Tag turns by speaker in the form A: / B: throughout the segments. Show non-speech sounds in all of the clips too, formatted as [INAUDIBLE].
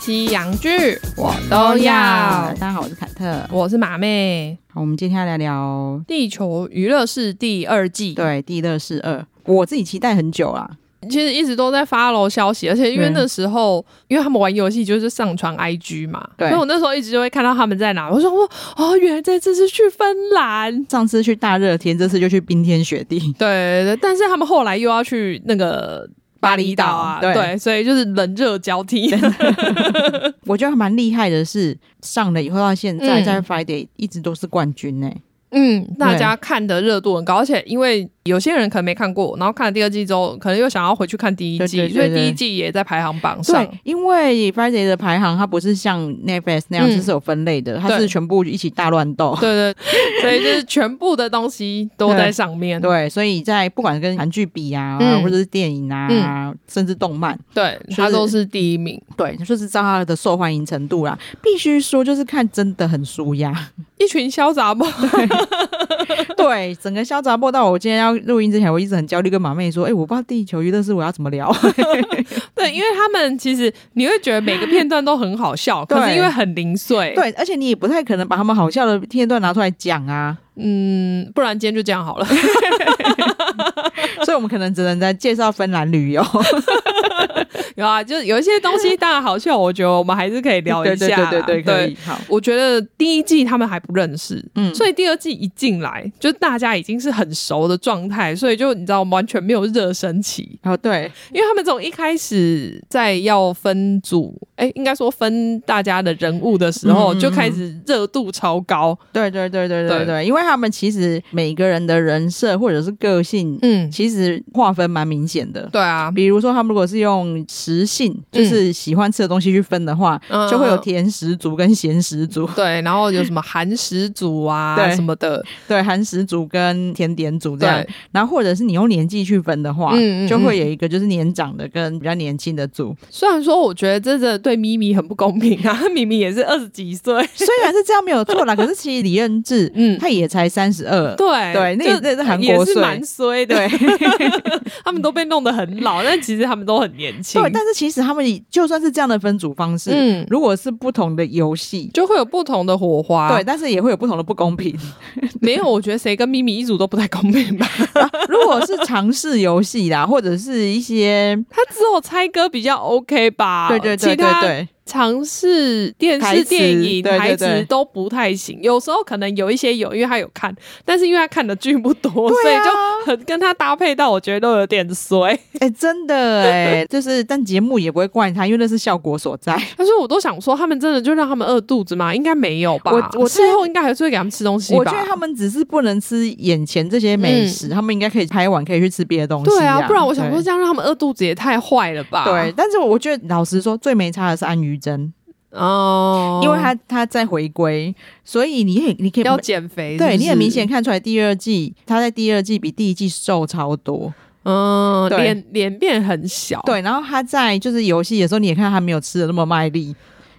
A: 西洋剧我都要
B: 大。家好，我是凯特。
A: 我是马妹，
B: 好，我们今天要来聊
A: 《地球娱乐室》第二季。，
B: 对《地热室二》，我自己期待很久啊啦。
A: 其实一直都在发楼消息，而且因为
B: 对
A: 那时候，因为他们玩游戏就是上传 IG 嘛，
B: 对
A: 所以我那时候一直就会看到他们在哪。我说哇，哦，原来这次是去芬兰。
B: 上次去大热天，这次就去冰天雪地。 [LAUGHS]
A: 对对对，但是他们后来又要去那个巴厘岛啊，
B: 巴厘岛对
A: 所以就是冷热交替。 [LAUGHS]
B: 我觉得蛮厉害的是，上了以后到现在，
A: 嗯
B: 在 Friday 一直都是冠军欸呢、
A: 嗯，大家看的热度很高，而且因为有些人可能没看过，然后看了第二季之后，可能又想要回去看第一季，
B: 对对对
A: 所以
B: 对
A: 第一季也在排行榜上
B: 对。，因为 Friday 的排行它不是像 Netflix 那样，
A: 嗯
B: 就是有分类的，它
A: 对
B: 是全部一起大乱斗。
A: 对对所以就是全部的东西都在上面。
B: 对，所以在不管跟韩剧比啊，
A: 嗯
B: 或者是电影啊，甚至动漫，
A: 对，
B: 是
A: 他都是第一名，
B: 对，就是知道它的受欢迎程度啦。必须说，就是看真的很舒压。 [LAUGHS]
A: 一群潇洒吧。
B: 对，整个潇洒报道，我今天要录音之前，我一直很焦虑，跟马妹说：“哎、我不知道地球娱乐是我要怎么聊。
A: [LAUGHS]
B: [LAUGHS]
A: 对，因为他们其实你会觉得每个片段都很好笑，
B: 对
A: 可是因为很零碎，，
B: 对，而且你也不太可能把他们好笑的片段拿出来讲啊，
A: 嗯，不然今天就这样好了。 [LAUGHS]
B: 所以我们可能只能在介绍芬兰旅游。
A: 有啊，就是有一些东西当然好笑，我觉得我们还是可以 [LAUGHS] 聊一
B: 对对
A: 下啦。
B: 对对对，可以。好，
A: 我觉得第一季他们还不认识，
B: 嗯
A: 所以第二季一进来，就大家已经是很熟的状态，所以就你知道完全没有热身期，
B: 哦对，
A: 因为他们从一开始在要分组，哎、应该说分大家的人物的时候，
B: 嗯嗯嗯
A: 就开始热度超高，
B: 对对对对对
A: 对
B: 对对，因为他们其实每个人的人设或者是个性，
A: 嗯，
B: 其实划分蛮明显的。
A: 对啊，
B: 比如说，他们如果是用食性，就是喜欢吃的东西去分的话，
A: 嗯
B: 就会有
A: 嗯嗯
B: 甜食族跟咸食族，
A: 对，然后有什么韩食组啊
B: [LAUGHS] 对
A: 什么的，
B: [LAUGHS] 对，韩食族跟甜点族这样。
A: 嗯对，
B: 然后或者是你用年纪去分的话，
A: 嗯嗯嗯
B: 就会有一个就是年长的跟比较年轻的
A: [LAUGHS]
B: 组。
A: 虽然说我觉得这个对咪咪很不公平啊， [LAUGHS] 咪咪也是二十几岁，
B: 虽然是这样没有错啦，可是其实李恩智，
A: 嗯
B: 他也才三十二，
A: 对
B: 对那
A: 就
B: 也那也是韩国
A: 也是
B: 岁
A: 蛮衰的，
B: 对 [LAUGHS]
A: 他们都被弄得很 [LAUGHS] 老，但其实他们都很年轻。
B: 对，但是其实他们就算是这样的分组方式，
A: 嗯，
B: 如果是不同的游戏。
A: 就会有不同的火花。
B: 对，，但是也会有不同的不公平。
A: 没有，我觉得谁跟咪咪一组都不太公平吧。
B: 如果是尝试游戏啦，或者是一些啊
A: [LAUGHS] 他只有猜歌比较 OK 吧？
B: 对对对对
A: 其他
B: 对
A: 尝试电视、
B: 台词
A: 电影
B: 对对
A: 台词
B: 对
A: 都不太行。有时候可能有一些有，因为他有看，但是因为他看的剧不多，所
B: 对
A: 以
B: 啊
A: 就很跟他搭配到，我觉得都有点衰。
B: [LAUGHS] 哎、真的哎、就是但节目也不会怪他，因为那是效果所在。
A: 但是我都想说，他们真的就让他们饿肚子吗？应该没有吧。
B: 我我
A: 事后应该还是会给他们吃东西吧。
B: 我觉得他们只是不能吃眼前这些美食，他们应该可以拍完可以去吃别的东西、
A: 对
B: 啊
A: 啊，，不然我想说
B: 对
A: 这样让他们饿肚子也太坏了吧？
B: 对，，但是我觉得老实说，最没差的是安于真，
A: 哦，
B: 因为他他在回归，所以你也你可以
A: 要减肥
B: 对你很明，
A: 是
B: 显看出来，第二季他在第二季比第一季瘦超多。
A: 不是嗯，
B: 对
A: 脸脸变很小，，
B: 对，然后他在就是游戏的时候，你也看他没有吃的那么卖力。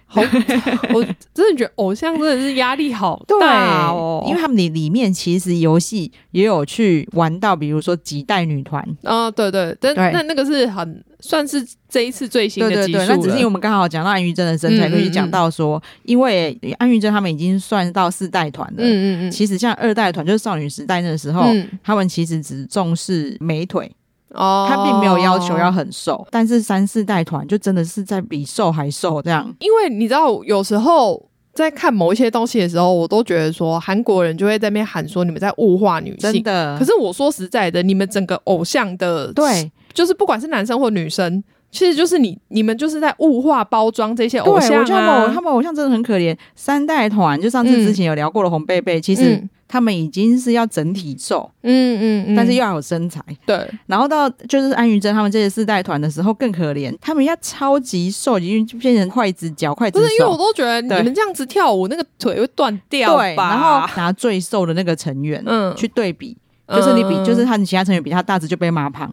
A: 好， [LAUGHS] 我真的觉得偶像真的是压力好
B: 对，
A: 大哦，
B: 因为他们里里面其实游戏也有去玩到，比如说几代女团，
A: 啊，对对，但
B: 对
A: 那那个是很算是这一次最新
B: 对
A: 的
B: 对
A: 集数
B: 对，
A: 了，
B: 那只是因为我们刚好讲到安于真的身材，
A: 嗯
B: 所以
A: 嗯
B: 讲到说，因为安于真他们已经算到四代团了。
A: 嗯嗯嗯，
B: 其实像二代团，就是少女时代那时候，
A: 嗯
B: 他们其实只重视美腿，
A: 哦，
B: 他并没有要求要。很瘦。但是三四代团就真的是在比瘦还瘦这样。
A: 因为你知道，有时候在看某一些东西的时候，我都觉得说韩国人就会在那边喊说你们在物化女
B: 真
A: 性。
B: 的，
A: 可是我说实在的，你们整个偶像的
B: 对
A: 就是不管是男生或女生，其实就是你你们就是在物化包装这些
B: 对，
A: 偶
B: 我觉得
A: 像
B: 他们偶
A: 啊
B: 他。们偶像真的很可怜。三代团就上次
A: 嗯
B: 之前有聊过的红贝贝，其实
A: 嗯
B: 他们已经是要整体瘦，
A: 嗯嗯嗯
B: 但是又要有身材。
A: 对
B: 然后到就是安于真他们这些四代团的时候更可怜，他们要超级瘦，已经变成筷子脚、筷
A: 不
B: 子
A: 是因为我
B: 手。
A: 都觉得你
B: 对
A: 们这样子跳舞，那个腿会断掉
B: 对，
A: 吧？
B: 然后拿最瘦的那个成员，
A: 嗯
B: 去对比，就是你比，
A: 嗯
B: 就是他你其他成员比他大只就被骂胖，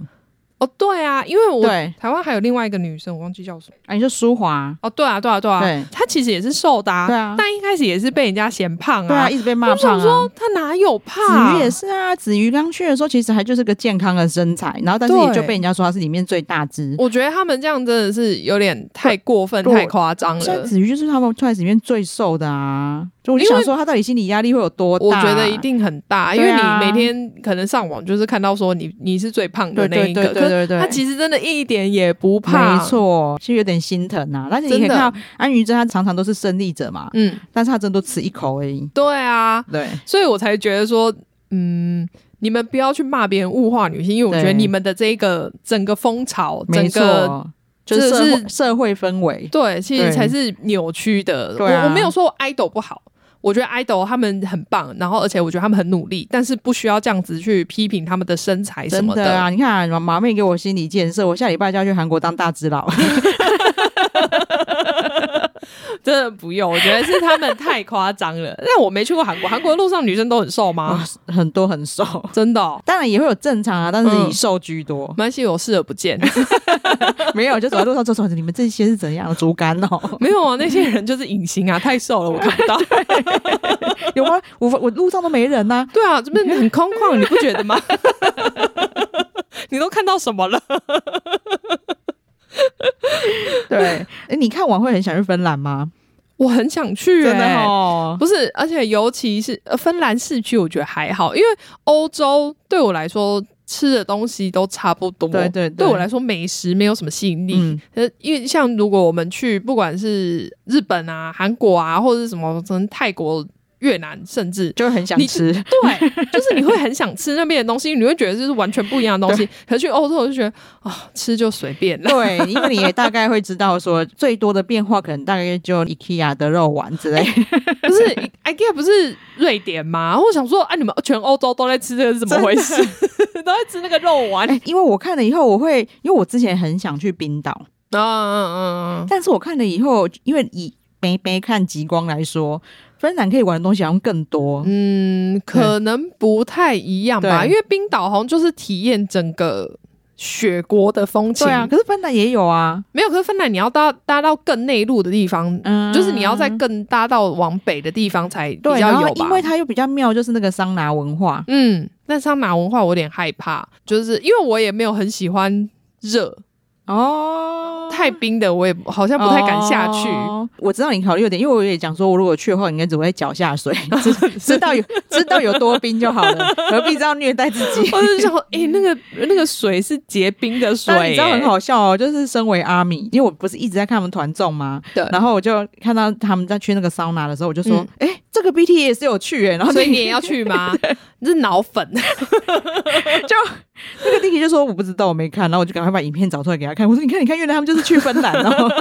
A: 哦，对啊，因为我
B: 对
A: 台湾还有另外一个女生，我忘记叫什么。
B: 啊，你说舒华，
A: 哦，对啊，对啊，对啊，
B: 对
A: 她其实也是瘦的、啊，
B: 对啊
A: 但一开始也是被人家嫌胖
B: 对
A: 啊
B: 啊，。一直被骂
A: 我
B: 胖
A: 想
B: 啊
A: 说。她哪有胖？
B: 子瑜也是啊，子瑜刚去的时候，其实还就是个健康的身材，然后但是
A: 对
B: 也就被人家说他是里面最大只。
A: 我觉得他们这样真的是有点太过分、
B: 对
A: 太夸张
B: 所以
A: 了。
B: 子瑜就是他们 TWICE 里面最瘦的啊，就我就想说他到底心理压力会有多大？
A: 我觉得一定很大，因
B: 对
A: 为你
B: 啊
A: 每天可能上网就是看到说你你是最胖的
B: 对
A: 那
B: 对
A: 一个，
B: 对对对对
A: 可是他其实真的一点也不胖，
B: 没，错，其实有点心疼啊。但是你可以
A: 真的
B: 看到安于真，他常常都是胜利者嘛，
A: 嗯，
B: 但是他真的都吃一口而已。
A: 对啊，
B: 对，
A: 所以我才觉得说，嗯，你们不要去骂别人物化女性，因为我
B: 对
A: 觉得你们的这个整个风潮，
B: 没
A: 整个
B: 错，就是
A: 这
B: 社
A: 是
B: 会社会氛围。
A: 对，其实
B: 对
A: 才是扭曲的。
B: 对啊
A: 我我没有说 idol 不好，我觉得 idol 他们很棒，然后而且我觉得他们很努力，但是不需要这样子去批评他们的身材什
B: 真
A: 么
B: 的啊！你看、啊、马妹给我心理建设，我下礼拜就要去韩国当大只佬。
A: 真的不用。我觉得是他们太夸张了。 [LAUGHS] 但我没去过韩国，韩国路上女生都很瘦吗？
B: [LAUGHS] 很多很瘦，
A: 真的、哦。
B: 当然也会有正常啊，但
A: 嗯
B: 是以瘦居多。
A: 没关系，我视而不见。 [LAUGHS]
B: 没有，就走在路上就说你们这些是怎样竹竿哦？
A: 没有啊，那些人就是隐形啊，太瘦了，我看不到。
B: 有吗？我我路上都没人呐、
A: [LAUGHS] 对啊，这边很空旷，你不觉得吗？ [LAUGHS] 你都看到什么了？
B: [LAUGHS] 对，哎，你看晚会很想去芬兰吗？
A: 我很想去、欸，
B: 真的哦，
A: 不是，而且尤其是呃芬兰市区，我觉得还好，因为欧洲对我来说吃的东西都差不多。
B: 对对对
A: 对我来说美食没有什么吸引力。
B: 嗯，
A: 呃，因为像如果我们去不管是日本啊、韩国啊，或者是什么，可能泰国、越南，甚至
B: 就很想
A: 你
B: 吃。 [LAUGHS]
A: 对， [LAUGHS] 就是你会很想吃那边的东西，你会觉得这是完全不一样的东西。可是去欧洲，我就觉得啊、吃就随便了。
B: 对，因为你也大概会知道说，最多的变化可能大概就 IKEA 的肉丸之 [LAUGHS] 类，
A: [LAUGHS] 不是 IKEA 不是瑞典吗？我想说，啊，你们全欧洲都在吃这个是怎么回事？ [LAUGHS] 都在吃那个肉
B: [LAUGHS]
A: 丸。嗯
B: 哎因为我看了以后，我会，因为我之前很想去冰岛，
A: 嗯嗯嗯，
B: 但是我看了以后，因为以北北看极光来说，芬兰可以玩的东西好像更多。
A: 嗯，可能不太一样吧，
B: 对
A: 因为冰岛好像就是体验整个雪国的风情。
B: 对啊，可是芬兰也有啊，
A: 没有，可是芬兰你要搭搭到更内陆的地方，
B: 嗯，
A: 就是你要在更搭到往北的地方才比
B: 对，
A: 较
B: 然
A: 有
B: 后
A: 吧。
B: 因为它又比较妙，就是那个桑拿文化，
A: 嗯，但桑拿文化我有点害怕，就是因为我也没有很喜欢热，
B: 哦
A: 太冰的我也好像不太敢下去。
B: 哦我知道你考虑有点，因为我也讲说，我如果去的话，应该只会脚下
A: [LAUGHS]
B: 水，知知道有知道有多冰就好了，何必这样虐待自己？
A: [LAUGHS] 我就想说，哎、那个那个水是结冰的水、
B: 但你知道很好笑哦，就是身为阿米，因为我不是一直在看他们团众吗？
A: 对
B: 然后我就看到他们在去那个桑拿的时候，我就说
A: 嗯：“
B: 哎、这个 BT 也是有去哎。”然后
A: 所以
B: 那
A: 你也要去 [LAUGHS] 吗？你是脑粉， [LAUGHS]
B: 那个弟弟就说：“我不知道，我没看。”然后我就赶快把影片找出来给他看。我说：“你看，你看，原来他们就是去芬兰哦。”
A: [LAUGHS]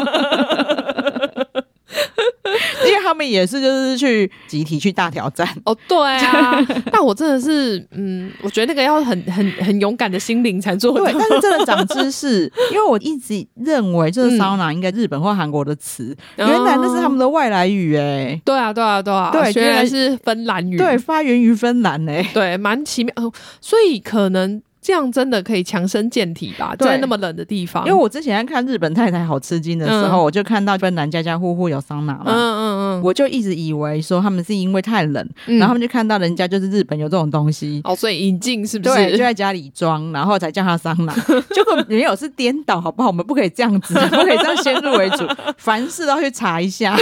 B: [LAUGHS] 因为他们也是，就是去集体去大挑战，
A: 哦，对 [LAUGHS] 啊，但我真的是，嗯，我觉得那个要很很很勇敢的心灵才做 [LAUGHS]
B: 对，
A: 得到。
B: 但是真的长知
A: [LAUGHS]
B: 识，因为我一直认为这个桑拿应该日本或韩国的词，
A: 嗯
B: 原来那是他们的外来语哎、
A: 对啊，对啊，对啊，
B: 对
A: 学
B: 原来
A: 的是芬兰语，
B: 对，发源于芬兰哎、
A: 对，蛮奇妙、呃所以可能这样真的可以强身健体吧，
B: 对
A: 在那么冷的地方。
B: 因为我之前在看日本太太好吃惊的时候，
A: 啊嗯
B: 我就看到芬兰家家户户有桑拿嘛，
A: 嗯嗯嗯，
B: 我就一直以为说他们是因为太冷，
A: 嗯
B: 然后他们就看到人家就是日本有这种东西。
A: 哦，所以引进是不
B: 对，
A: 是？
B: 就在家里装，然后才叫他桑
A: [LAUGHS]
B: 拿，结果没有是颠倒，好不好？我们不可以这样子，不可以这样先入为
A: [LAUGHS]
B: 主，凡事都要去查一下。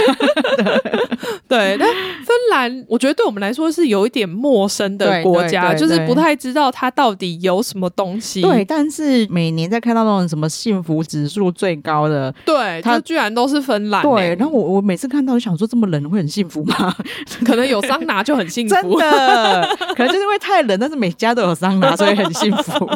A: 对，但芬兰我觉得对我们来说是有一点陌生的
B: 对
A: 国
B: 对
A: 家，
B: 对
A: 就是
B: 对
A: 不太知道它到底有什么东西。
B: 对，但是每年在看到那种什么幸福指数最高的，
A: 对，
B: 它
A: 它居然都是芬兰、
B: 对，
A: 欸，
B: 然后我我每次看到就想说，这么冷会很幸福吗？
A: 可能有桑拿就很幸
B: [LAUGHS] 真
A: 福，
B: 的，可能就是因为太冷，但是每家都有桑拿，所以很幸福。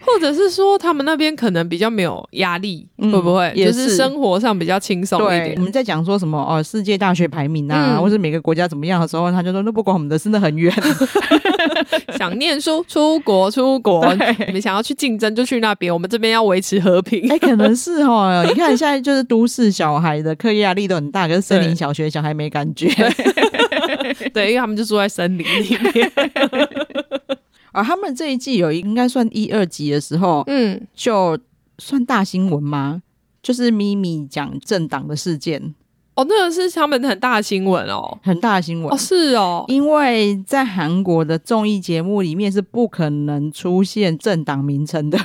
A: 或者是说他们那边可能比较没有压力，
B: 嗯
A: 会不会？
B: 也
A: 就是是生活上比较轻松一
B: 对，我
A: 点。
B: 们在讲说什么哦，世界大学排名啊，
A: 嗯
B: 或是每个国家怎么样的时候，他就说那不管我们的事，那很远。
A: 想念书，出国，出
B: [LAUGHS]
A: 国，你们想要去竞争就去那边，我们这边要维持和平。 [LAUGHS]
B: 哎、可能是哦。 [LAUGHS] 你看现在就是都市小孩的课业压力都很大，可是森林小学小孩没感觉。
A: 对，因为他们就住在森林里面。
B: [LAUGHS] 而他们这一季有一应该算一二集的时候，
A: 嗯，
B: 就算大新闻吗？就是咪咪讲政党的事件，
A: 哦，那个是他们很大的新闻哦。
B: 很大的新闻。
A: 哦，是哦，
B: 因为在韩国的综艺节目里面是不可能出现政党名称的，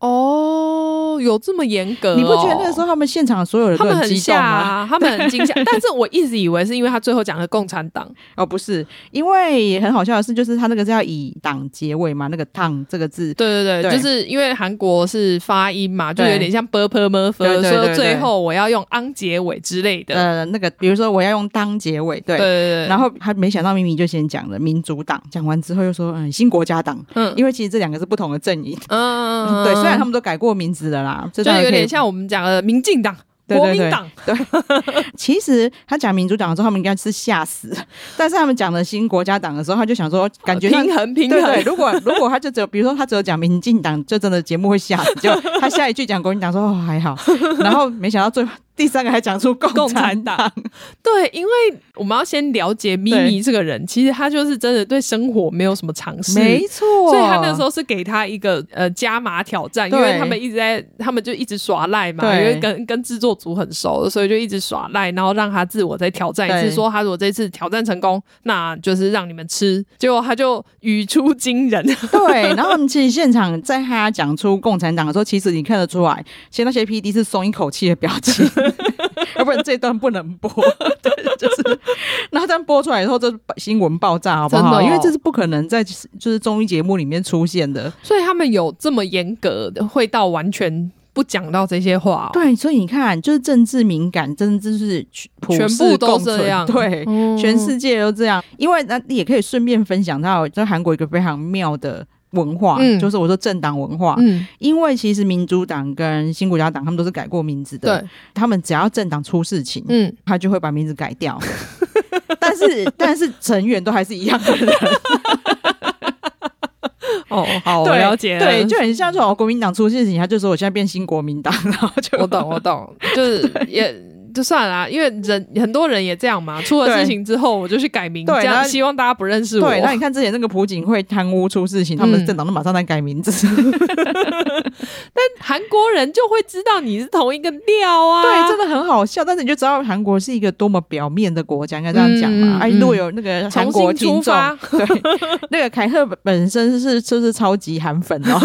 A: 哦，有这么严格、哦？
B: 你不觉得那个时候他们现场所有人
A: 他
B: 都
A: 们很
B: 激动
A: 吓、
B: 吗？
A: 啊，他们
B: [LAUGHS]
A: 很惊吓？但是我一直以为是因为他最后讲的共产党，
B: 哦，不是，因为很好笑的是，就是他那个是要以党结尾嘛，那个“党”这个字，
A: 对对对，
B: 对
A: 就是因为韩国是发音嘛，就
B: 对
A: 有点像 b p m f，
B: 对对对
A: 所以
B: 对
A: 最后我要用 ang 结尾之类的。
B: 呃，那个比如说我要用“当”结尾，对。
A: 对对对，
B: 然
A: 后
B: 后他没想到，明明就先讲了民主党，讲完之后又说嗯新国家党，
A: 嗯
B: 因为其实这两个是不同的阵营，
A: 嗯，
B: 对，虽然他们都改过名字了啦，这
A: 就
B: 当然
A: 有
B: 可以
A: 点像我们讲的民进党、
B: 对对
A: 国民
B: 对
A: 党，
B: 其实他讲民主党的时候，他们应该是吓死； [LAUGHS] 但是他们讲了新国家党的时候，他就想说，感觉上
A: 呃平衡平
B: 对对，
A: 衡。
B: 如果如果他就只有，比如说他只有讲民进党，就真的节目会吓
A: [LAUGHS]
B: 死。就他下一句讲国民党说哦还好，然后没想到最第三个还讲出共
A: 共
B: 产
A: 产
B: 党， [LAUGHS]
A: 党对，因为我们要先了解咪咪这个人，其实他就是真的对生活没有什么尝试，
B: 没错。
A: 所以他那时候是给他一个呃加码挑战，因为
B: 对
A: 他们一直在，他们就一直耍赖嘛，因
B: 对
A: 为跟跟制作组很熟，所以就一直耍赖，然后让他自我再挑战一
B: 对
A: 次，说他如果这次挑战成功，那就是让你们吃。结果他就语出
B: [LAUGHS]
A: 惊人，
B: 对，然后你其实现场在他讲出共产党的时候，其实你看得出来，其实那些 P D 是松一口气的表情， [LAUGHS] 要不然这段不能播。对，就是，那但播出来以后，这新闻爆炸好不好？
A: 真的哦
B: 因为这是不可能在就是综艺节目里面出现的。
A: 所以他们有这么严格的，会到完全不讲到这些话、哦，
B: 对，所以你看，就是政治敏感，真的就是普
A: 全
B: 世
A: 部都
B: 共存哦
A: 这样，
B: 对。
A: 嗯
B: 全世界都这样，因为那也可以顺便分享到，在韩国一个非常妙的文化，
A: 嗯
B: 就是我说政党文化，
A: 嗯，
B: 因为其实民主党跟新国家党他们都是改过名字的，
A: 对，
B: 他们只要政党出事情，
A: 嗯，
B: 他就会把名字改
A: [LAUGHS]
B: 掉。但是但是成员都还是一样的人，
A: 哦，好， [LAUGHS] 我
B: 对
A: 了解了，
B: 对，就很像这哦种国民党出事情，他就说我现在变新国民党，然后就
A: [LAUGHS] 我懂，我懂，
B: [LAUGHS]
A: 就是也就算了啊，因为人很多人也这样嘛，出了事
B: 对
A: 情之后我就去改名，
B: 对
A: 这
B: 然
A: 样
B: 后
A: 希望大家不认识我。嗯
B: 对，那你看之前那个朴槿惠贪污出事情，他们政党都马上在改名字。
A: [LAUGHS] 韩国人就会知道你是同一个料啊，
B: 对，真的很好笑。但是你就知道韩国是一个多么表面的国家，应该这样讲
A: 嗯嗯
B: 嘛。哎、
A: 嗯
B: 如果有那个韩
A: 重
B: 国
A: 新
B: 听
A: 出
B: 众，，
A: 发
B: [LAUGHS] 对，那个凯赫本身是就是超级韩粉
A: [LAUGHS]
B: 哦。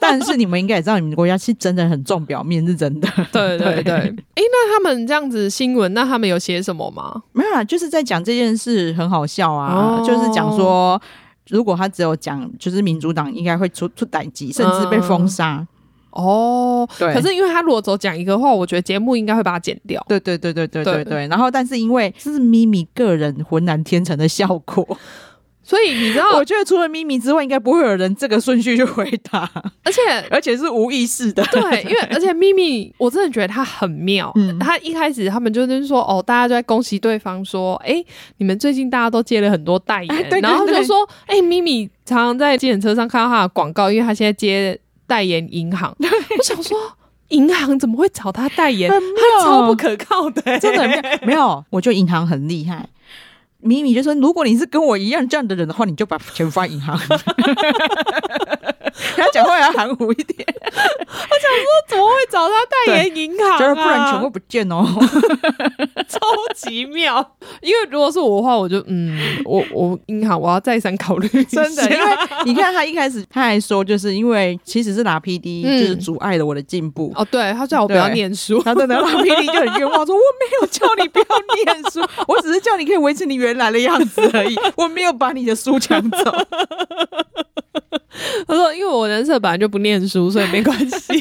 B: 但是你们应该也知道，你们国家是真的很重表面，是真的。
A: 对对
B: 对
A: 对。诶，那他们这样子新闻，那他们有写什么吗？
B: 没有啦，啊就是在讲这件事很好笑啊，
A: 哦
B: 就是讲说。如果他只有讲，就是民主党应该会出出歹疾，甚至被
A: 嗯
B: 封杀。
A: 哦，
B: 对
A: 可是因为他如果走讲一个话，我觉得节目应该会把它剪掉。
B: 对对对对对
A: 对
B: 对对。然后，但是因为这是咪咪个人浑然天成的效
A: [LAUGHS]
B: 果，
A: 所以你知道，
B: 我觉得除了咪咪之外，应该不会有人这个顺序去回答，
A: 而且
B: 而且是无意识 [LAUGHS] 的。
A: 对，因为而且秘密，我真的觉得他很妙。
B: 嗯
A: 他一开始他们就是说，哦，大家就在恭喜对方说，哎、你们最近大家都接了很多代言，
B: 哎 [LAUGHS] 对对
A: 然后就
B: 对
A: 说，哎、咪咪常常在计程车上看到他的广告，因为他现在接代言银行。我想说，银行怎么会找他代言？
B: 很
A: 他
B: 妙
A: 超不可靠
B: [LAUGHS]
A: 的、欸
B: 真的很妙没有，我觉得银行很厉害。咪咪就说：“如果你是跟我一样这样的人的话，你就把钱放银行。” [LAUGHS] 他讲话要含糊一点，
A: 怎么会找他代言银行、啊？
B: 就是不然全部不见哦。
A: 超级妙。因为如果是我的话，我就嗯，我我银行我要再三考虑一
B: [LAUGHS]
A: 下，
B: 真的，因为你看他一开始他还说，就是因为其实是拿 PD
A: 嗯
B: 就是阻碍了我的进步。
A: 哦，对他叫我不要
B: 对
A: 念书，
B: 然后真的拉 PD 就很冤枉，说我没有叫你不要念书，我只是叫你可以维持你原来的样子而已，我没有把你的书抢走。
A: 他说：“因为我人设本来就不念书，所以没关 [LAUGHS] 系。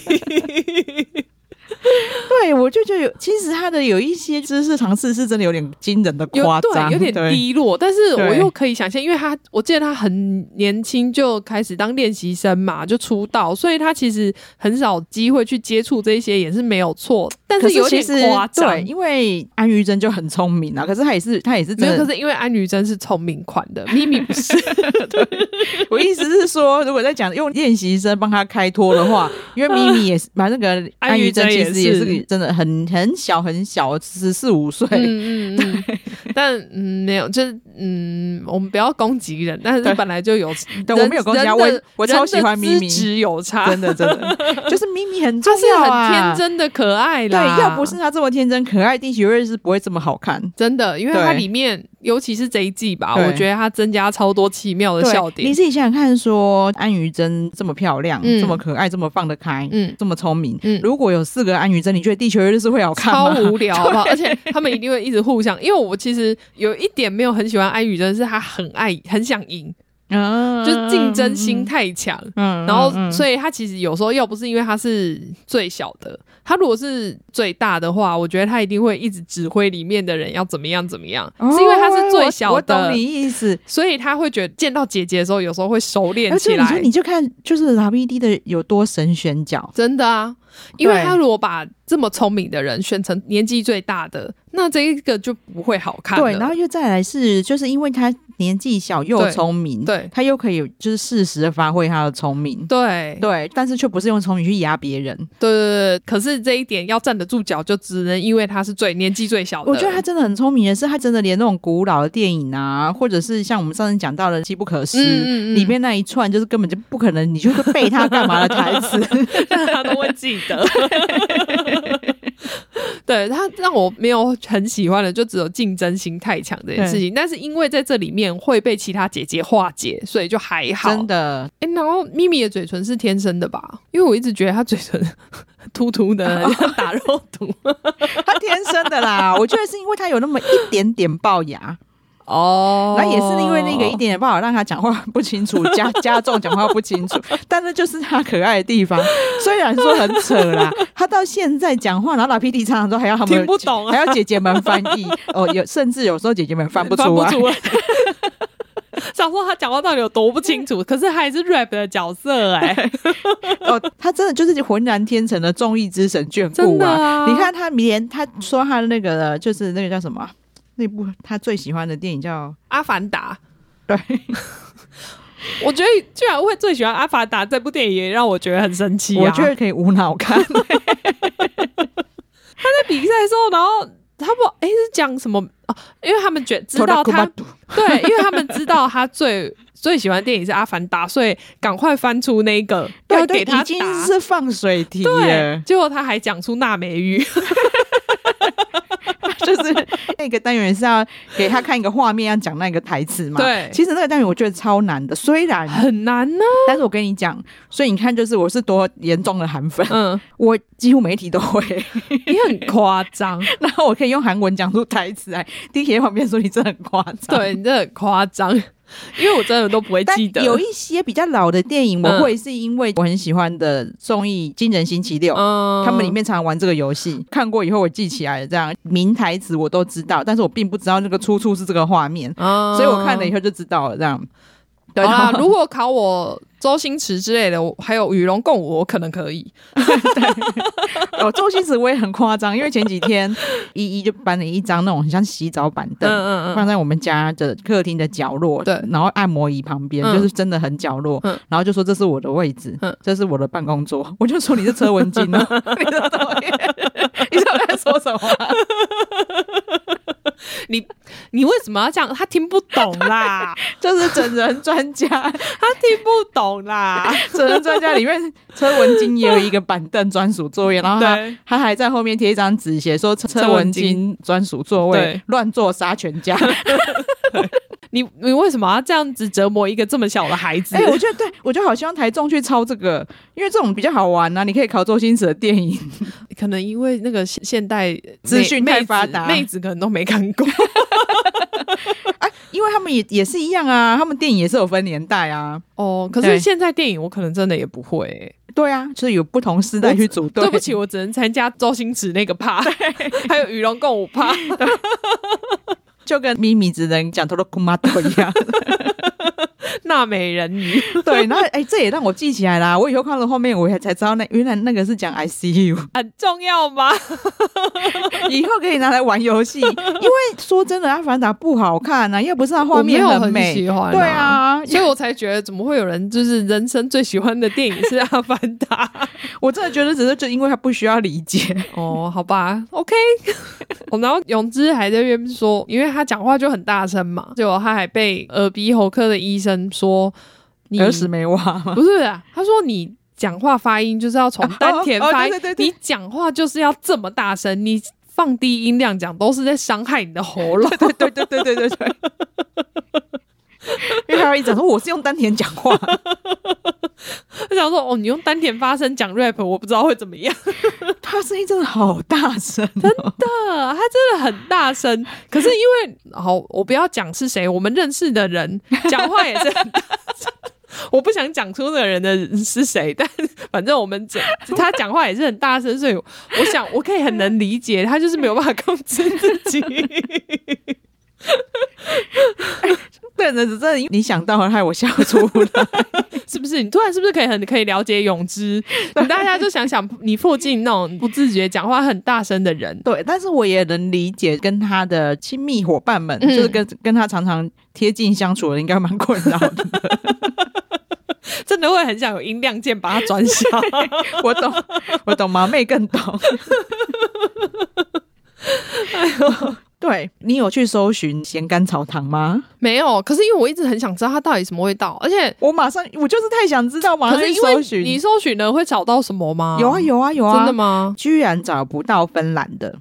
B: 对，我就觉得有，其实他的有一些知识尝试是真的有点惊人的
A: 有
B: 夸张，
A: 对，有点
B: 对。
A: 低落，但是我
B: 对
A: 又可以想象，因为他，我记得他很年轻就开始当练习生嘛，就出道，所以他其实很少机会去接触这些，也是没有错，但
B: 可
A: 有
B: 其
A: 点
B: 实
A: 夸张。
B: 对，因为安于真就很聪明啊，可是他也是他也是
A: 没
B: 真
A: 有，可
B: 的。
A: 是因为安于真是聪明款的，咪咪不
B: [LAUGHS]
A: 是，
B: 我意思是说，如果在讲用练习生帮他开脱的话，因为咪咪也是，把那个
A: 安
B: 安
A: 于
B: 于
A: 真
B: 真
A: 也
B: 其
A: 是
B: 实也是真的很很小很小，十四五岁，
A: 嗯嗯嗯，但嗯，没有，就是嗯，我们不要攻击人，但是
B: 对
A: 本来就有，
B: 但我没有攻击
A: 人
B: 啊，我
A: 的
B: 我超喜欢咪咪
A: 人的，资质有差，
B: 真的真的，就是咪咪很重
A: 他是
B: 要
A: 很
B: 啊
A: 天。真的可爱
B: 对
A: 啦，，
B: 要不是他这么天真可爱，《地球瑞》是不会这么好看。
A: 真的，因为它
B: 对
A: 里面，尤其是这一季吧，
B: 对
A: 我觉得它增加超多奇妙的笑
B: 你
A: 点。
B: 自己想想看说安于真这么漂亮、
A: 嗯
B: 这么可爱、这么放得开、
A: 嗯，
B: 这么聪明，
A: 嗯
B: 如果有四个安于真，你觉得《地球瑞》是会好看
A: 超
B: 吗？
A: 无聊好不好？而且他们一定会一直互相，因为我其实有一点没有很喜欢安宇真，是他很爱很想赢，
B: [LAUGHS] 嗯
A: 就是竞争心，太强。
B: 嗯
A: 然后，
B: 以
A: 所以他其实有时候要不是因为他是最小的，他如果是最大的话，我觉得他一定会一直指挥里面的人要怎么样怎么样，是因为他是最小
B: 哦我懂
A: 的
B: 你，意思。
A: 所以他会觉得见到姐姐的时候，有时候会熟练
B: 而且
A: 起
B: 你说
A: 来
B: 你。就看，就是 R B D 的有多神选角，
A: 真的啊，因为
B: 对
A: 他如果把这么聪明的人选成年纪最大的，那这一个就不会好看了。
B: 对，然后又再来是，就是因为他年纪小又
A: 对
B: 聪明，
A: 对
B: 他又可以就是适时的发挥他的聪明，
A: 对
B: 对，但是却不是用聪明去压别人。
A: 对对对，可是这一点要站得住脚，就只能因为他是最年纪最小的。
B: 我觉得他真的很聪明的是，他真的连那种古老的电影啊，或者是像我们上次讲到的《机不可失》
A: 嗯嗯嗯
B: 里面那一串，就是根本就不可能，你就是背他干嘛的台词。
A: 他都会记得。 [LAUGHS] 对他让我没有很喜欢的，就只有竞争心太强这件事情。但是因为在这里面会被其他姐姐化解，所以就还 [LAUGHS] 好。
B: 真的，
A: 哎、然后咪咪的嘴唇是天生的吧？因为我一直觉得她嘴唇 [LAUGHS] 凸凸的，像打肉毒。
B: 他天生的啦。我觉得是因为他有那么一点点龅牙，
A: [LAUGHS] 哦
B: 然后也是因为那个一点点龅牙，让他讲话不清楚，加 [LAUGHS] 加重讲话不清楚。但那就是他可爱的地方。虽然说很扯
A: [LAUGHS]
B: 啦，他到现在讲话，然后老 P D 常常都还要他们
A: 听不懂啊
B: 还要姐姐们翻译。哦，有甚至有时候姐姐们翻不
A: 翻
B: 出
A: 不
B: 来。
A: 出来。想说他讲话到底有多不清楚，可是他还是 rap 的角色哎、
B: 哦，他真的就是浑然天成的综艺之神眷
A: 真
B: 顾
A: 的
B: 啊！
A: 啊
B: 你看他连他说他的那个就是那个叫什么啊那部他最喜欢的电影叫
A: 阿凡达，
B: 对，
A: [LAUGHS] 我觉得居然会最喜欢《阿凡达》这部电影，也让我觉得很生气、
B: [LAUGHS]
A: 啊。
B: 我觉得可以无脑
A: [LAUGHS]
B: 看。
A: 在比赛的时候，然后他不哎、是讲什么哦、因为他们觉知
B: [LAUGHS]
A: 道他 [LAUGHS] 对，因为他们知道他最最喜欢的电影是《阿凡达》，所以赶快翻出那个
B: 对
A: 要
B: 对，
A: 给他
B: 已
A: 打。
B: 经是放水题
A: 对
B: 耶，，
A: 结果他还讲出纳美语，
B: [LAUGHS] 就是那个单元是要给他看一个画面，要讲那个台词嘛。
A: 对
B: 其实那个单元我觉得超难的，虽
A: [LAUGHS]
B: 然，
A: 很难呢、
B: 但是我跟你讲，所以你看，就是我是多严重的韩粉，
A: 嗯，
B: 我几乎每一题都会。
A: 你很夸张，
B: [LAUGHS] 然后我可以用韩文讲出台词来，地铁旁边说你真的很夸张。，
A: [LAUGHS] 对你真的很夸张，因为我真的都不会
B: 但
A: 记得。
B: 有一些比较老的电影，
A: 嗯
B: 我会是因为我很喜欢的综艺《惊人星期六》。
A: 嗯
B: 他们里面常常玩这个游戏，看过以后我记起来了，这样名台词我都知道，但是我并不知道那个出处是这个画面，
A: 啊
B: 所以我看了以后就知道了，这样。对，
A: 好啦
B: 然，后
A: 啊如果考我周星驰之类的，我还有与龙共舞，我可能可以。
B: 哦，周星驰我也很夸张，因为前几天依依就搬了一张那种很像洗澡板
A: 嗯
B: 凳，
A: 嗯嗯，
B: 放在我们家的客厅的角落，
A: 对
B: 然后按摩椅旁边，
A: 嗯
B: 就是真的很角落，
A: 嗯
B: 然后就说这是我的位置，
A: 嗯
B: 这是我的办公桌， [LAUGHS] 我就说你是车文静哦， [LAUGHS] 你的导演，你知道我在说什么
A: [LAUGHS]
B: 吗？
A: 你你为什么要这样？他听不懂
B: [LAUGHS]
A: 啦，
B: 就是整人专
A: [LAUGHS]
B: 家，
A: 他听不懂啦。
B: 整人专家里面车文静也有一个板凳专属座位，然后他
A: [LAUGHS] 对
B: 他还在后面贴一张纸写说车
A: 车
B: 车
A: 文
B: 文
A: 静
B: 静专属座
A: 对
B: 位，乱坐杀全
A: [LAUGHS]
B: 家。
A: 你你为什么要这样子折磨一个这么小的孩子？
B: 哎、我觉得对，我就好希望台中去抄这个，因为这种比较好玩啊，你可以考周星驰的电影。
A: 可能因为那个现现代
B: 资讯
A: 妹
B: 太发达
A: 妹子妹子可能都没看 [LAUGHS] 过。
B: 因为他们也也是一样啊，他们电影也是有分年代啊。
A: 哦，可是
B: 对
A: 现在电影我可能真的也不会欸、
B: 对啊，就是有不同时代去组队。
A: 对不起，，我只能参加周星驰那个趴，还有与龙共舞 [LAUGHS] 趴。
B: 就跟咪咪只能讲 t o r o k u m a t o 一
A: [LAUGHS]
B: 样。
A: 纳美人鱼，
B: 对，然后哎、这也让我记起来啦。我以后看到后面，我也才知道那原来那个是讲 I C
A: [LAUGHS]
B: U，
A: [LAUGHS] 很重要吗？
B: 以后可以拿来玩游戏。因为说真的，《阿凡达》不好看啊，要不是它画面
A: 我没有很
B: 美，
A: 喜欢啊
B: 对啊，啊，
A: 所以我才觉得怎么会有人就是人生最喜欢的电影是《阿凡达》
B: 我真的觉得只是就因为他不需要理解，
A: 哦，好吧，OK。哦然后泳之还在那边说，因为他讲话就很大声嘛，结果他还被耳鼻喉科的医生说你
B: 儿时
A: [LAUGHS]
B: 没挖吗？
A: 不是啊，他说你讲话发音就是要从丹田
B: [LAUGHS] 哦哦
A: 发音，
B: 对对对对
A: 你讲话就是要这么大声，你放低音量讲都是在伤害你的喉咙。
B: 对
A: [LAUGHS]
B: 对对对对对对。 [LAUGHS] 因为他一直讲说我是用丹田讲话，
A: 他想说，哦，你用丹田发声讲 rap，我不知道会怎么样。
B: 他声音真的好大声哦、
A: 呃，他真的很大声， [LAUGHS] 可是因为好，我不要讲是谁，我们认识的人 [LAUGHS] 讲话也是很大声。我不想讲出那个人的是谁，但 [LAUGHS] 反正我们讲他讲话也是很大声，所以我想我可以很能理解他，就是没有办法控制自己。
B: 对，真的真的，你想到了害我笑出来。
A: [LAUGHS] 是不是？你突然是不是可以很可以了解泳之？你大家就想想，你附近那种不自觉讲话很大声的人，
B: [LAUGHS] 对，但是我也能理解，跟他的亲密伙伴们，就是跟跟他常常贴近相处的，应该蛮困扰的。
A: [LAUGHS] 真的会很想有音量键把它转小。
B: 我懂， [LAUGHS] 我懂，麻妹更懂。哎对你有去搜寻咸甘草糖吗？
A: 没有，可是因为我一直很想知道它到底什么味道，而且
B: 我马上，我就是太想知道，马
A: 可
B: 上
A: 是
B: 去
A: 因为
B: 搜寻。
A: 你搜寻了会找到什么吗？
B: 有啊，有啊有啊，
A: 真的？吗？
B: 居然找不到芬兰的，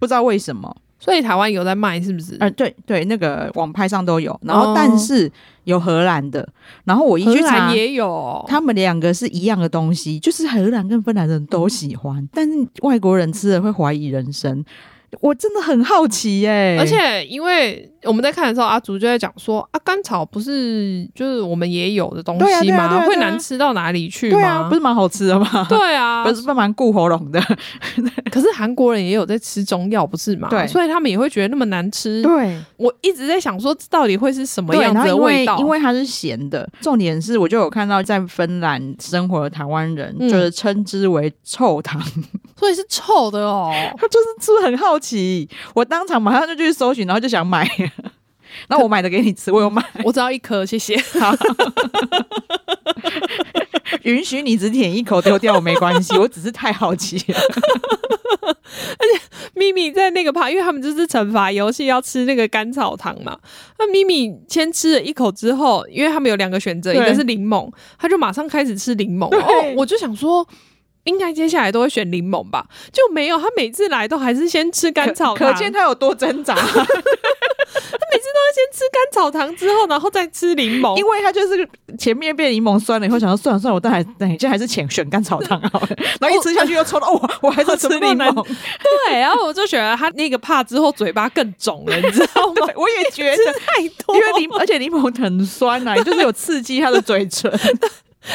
B: 不知道为什么。
A: 所以台湾有在卖是不是？
B: 呃，对对，那个网拍上都有，然后
A: 哦
B: 但是有荷兰的，然后我一
A: 荷
B: 去查
A: 兰。也有，
B: 他们两个是一样的东西，就是荷兰跟芬兰人都
A: 嗯
B: 喜欢，但是外国人吃了会怀疑人生。我真的很好奇耶、
A: 而且因为我们在看的时候，阿竹就在讲说啊，甘草不是就是我们也有的东
B: 对啊
A: 西
B: 对啊
A: 吗？
B: 对啊对啊
A: 会难吃到哪里去吗？
B: 对啊，不是蛮好吃的吗？ [LAUGHS]
A: 对啊，
B: 不是蛮顾喉咙的。
A: 可是韩国人也有在吃中药，不是吗？
B: 对
A: 所以他们也会觉得那么难吃。
B: 对，
A: 我一直在想说，这到底会是嗯什么
B: 对，
A: 样
B: 然
A: 子
B: 后因
A: 的味
B: 为
A: 道？
B: 因为它是咸的，重点是我就有看到在芬兰生活的台湾人、
A: 嗯
B: 就是称之为臭糖，
A: 所以是臭的哦。
B: 他就是是不是很好奇？我当场马上就去搜寻，然后就想买。 [LAUGHS] 那我买的给你吃，我有买，
A: 我只要一颗，谢谢。
B: [LAUGHS] 允许你只舔一口丢掉，我没关系，我只是太好奇了。
A: 咪咪在那个趴，因为他们就是惩罚游戏要吃那个甘草糖嘛。那咪咪先吃了一口之后，因为他们有两个选择，一
B: 对
A: 个是柠檬，他就马上开始吃柠檬。哦，我就想说。应该接下来都会选柠檬吧，就没有他每次来都还是先吃甘草糖，
B: 可见他有多挣 [LAUGHS] 扎，
A: 先吃甘草糖之后，然后再吃柠檬
B: 因，为他就是前面被柠檬酸了以后，想说算了算了，我当然等一下还是选选甘草糖好 [LAUGHS] 了，然后一吃下去又抽到哦，我还是吃柠檬，
A: 对，然后我就觉得他那个怕之后嘴巴更肿了，你知道
B: [LAUGHS]
A: 吗？
B: [LAUGHS] 对，我也觉
A: 吃
B: 得。
A: 太多，
B: 因为 [LAUGHS] 柠，而且柠檬很酸呐、啊，就是有刺激他的嘴唇。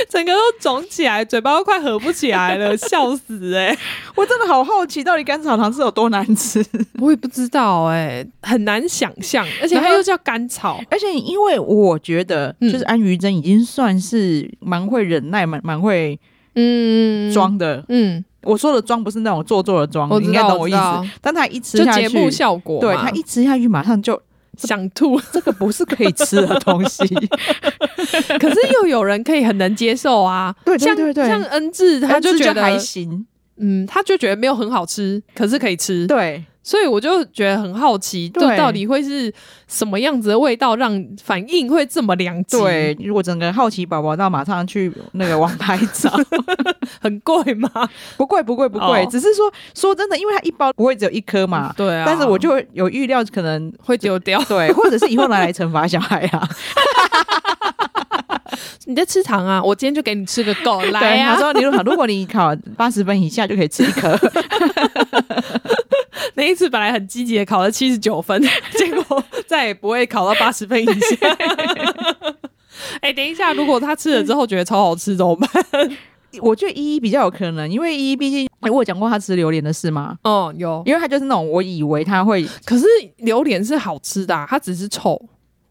A: 整个都肿起来，嘴巴都快合不起来了，笑死哎、
B: 我真的好好奇，到底甘草糖是有多难吃？
A: 我也不知道哎、很难想象，而且
B: [LAUGHS] 然后
A: 它又叫甘草，
B: 而且因为我觉得，
A: 嗯
B: 就是安于真已经算是蛮会忍耐、蛮蛮会
A: 嗯，，
B: 装的。
A: 嗯，
B: 我说的装不是那种做作的装，
A: 我
B: 你
A: 知
B: 应该
A: 道，
B: 懂
A: 我
B: 我
A: 知
B: 意思。
A: 道，
B: 但他一吃
A: 就
B: 下
A: 节
B: 去，
A: 目效果嘛，
B: 对他一吃下去，马上就
A: 想吐， [LAUGHS]
B: 这个不是可以吃的东西。
A: 可是又有人可以很能接受啊，
B: [LAUGHS] 对对
A: 像
B: 对对
A: 像恩智他就
B: 但是
A: 觉
B: 还
A: 得，
B: 行，
A: 嗯，他就觉得没有很好吃，可是可以吃，
B: 对
A: 所以我就觉得很好奇，就
B: 对
A: 到底会是什么样子的味道让反应会这么良极？
B: 对。，如果整个好奇宝宝到马上去那个网拍
A: [LAUGHS]
B: 找，
A: 很贵吗？
B: 不贵不贵不贵，
A: 哦
B: 只是说说真的，因为它一包不会只有一颗嘛。
A: 对啊，
B: 但是我就会有预料，可能
A: 会丢掉。 [LAUGHS]
B: 对，或者是以后拿来惩罚小孩啊。
A: 你在吃糖啊？我今天就给你吃个够，
B: [LAUGHS]
A: 来啊
B: 对，
A: 呀、
B: 他说你如果如果你 [LAUGHS] 考八十分以下就可以吃一 [LAUGHS] 颗，
A: 那一次本来很积极的考了七十九分， [LAUGHS] 结果再也不会考到八十分以下。 [LAUGHS] 哎、等一下，如果他吃了之后觉得超好吃怎么办？
B: 我觉得依依比较有可能，因为依依毕竟、哎我有讲过她吃榴莲的事吗？
A: [LAUGHS] 哦，有。
B: 因为她就是那种我以为她会
A: 可是榴莲是好吃的、啊，它只是臭。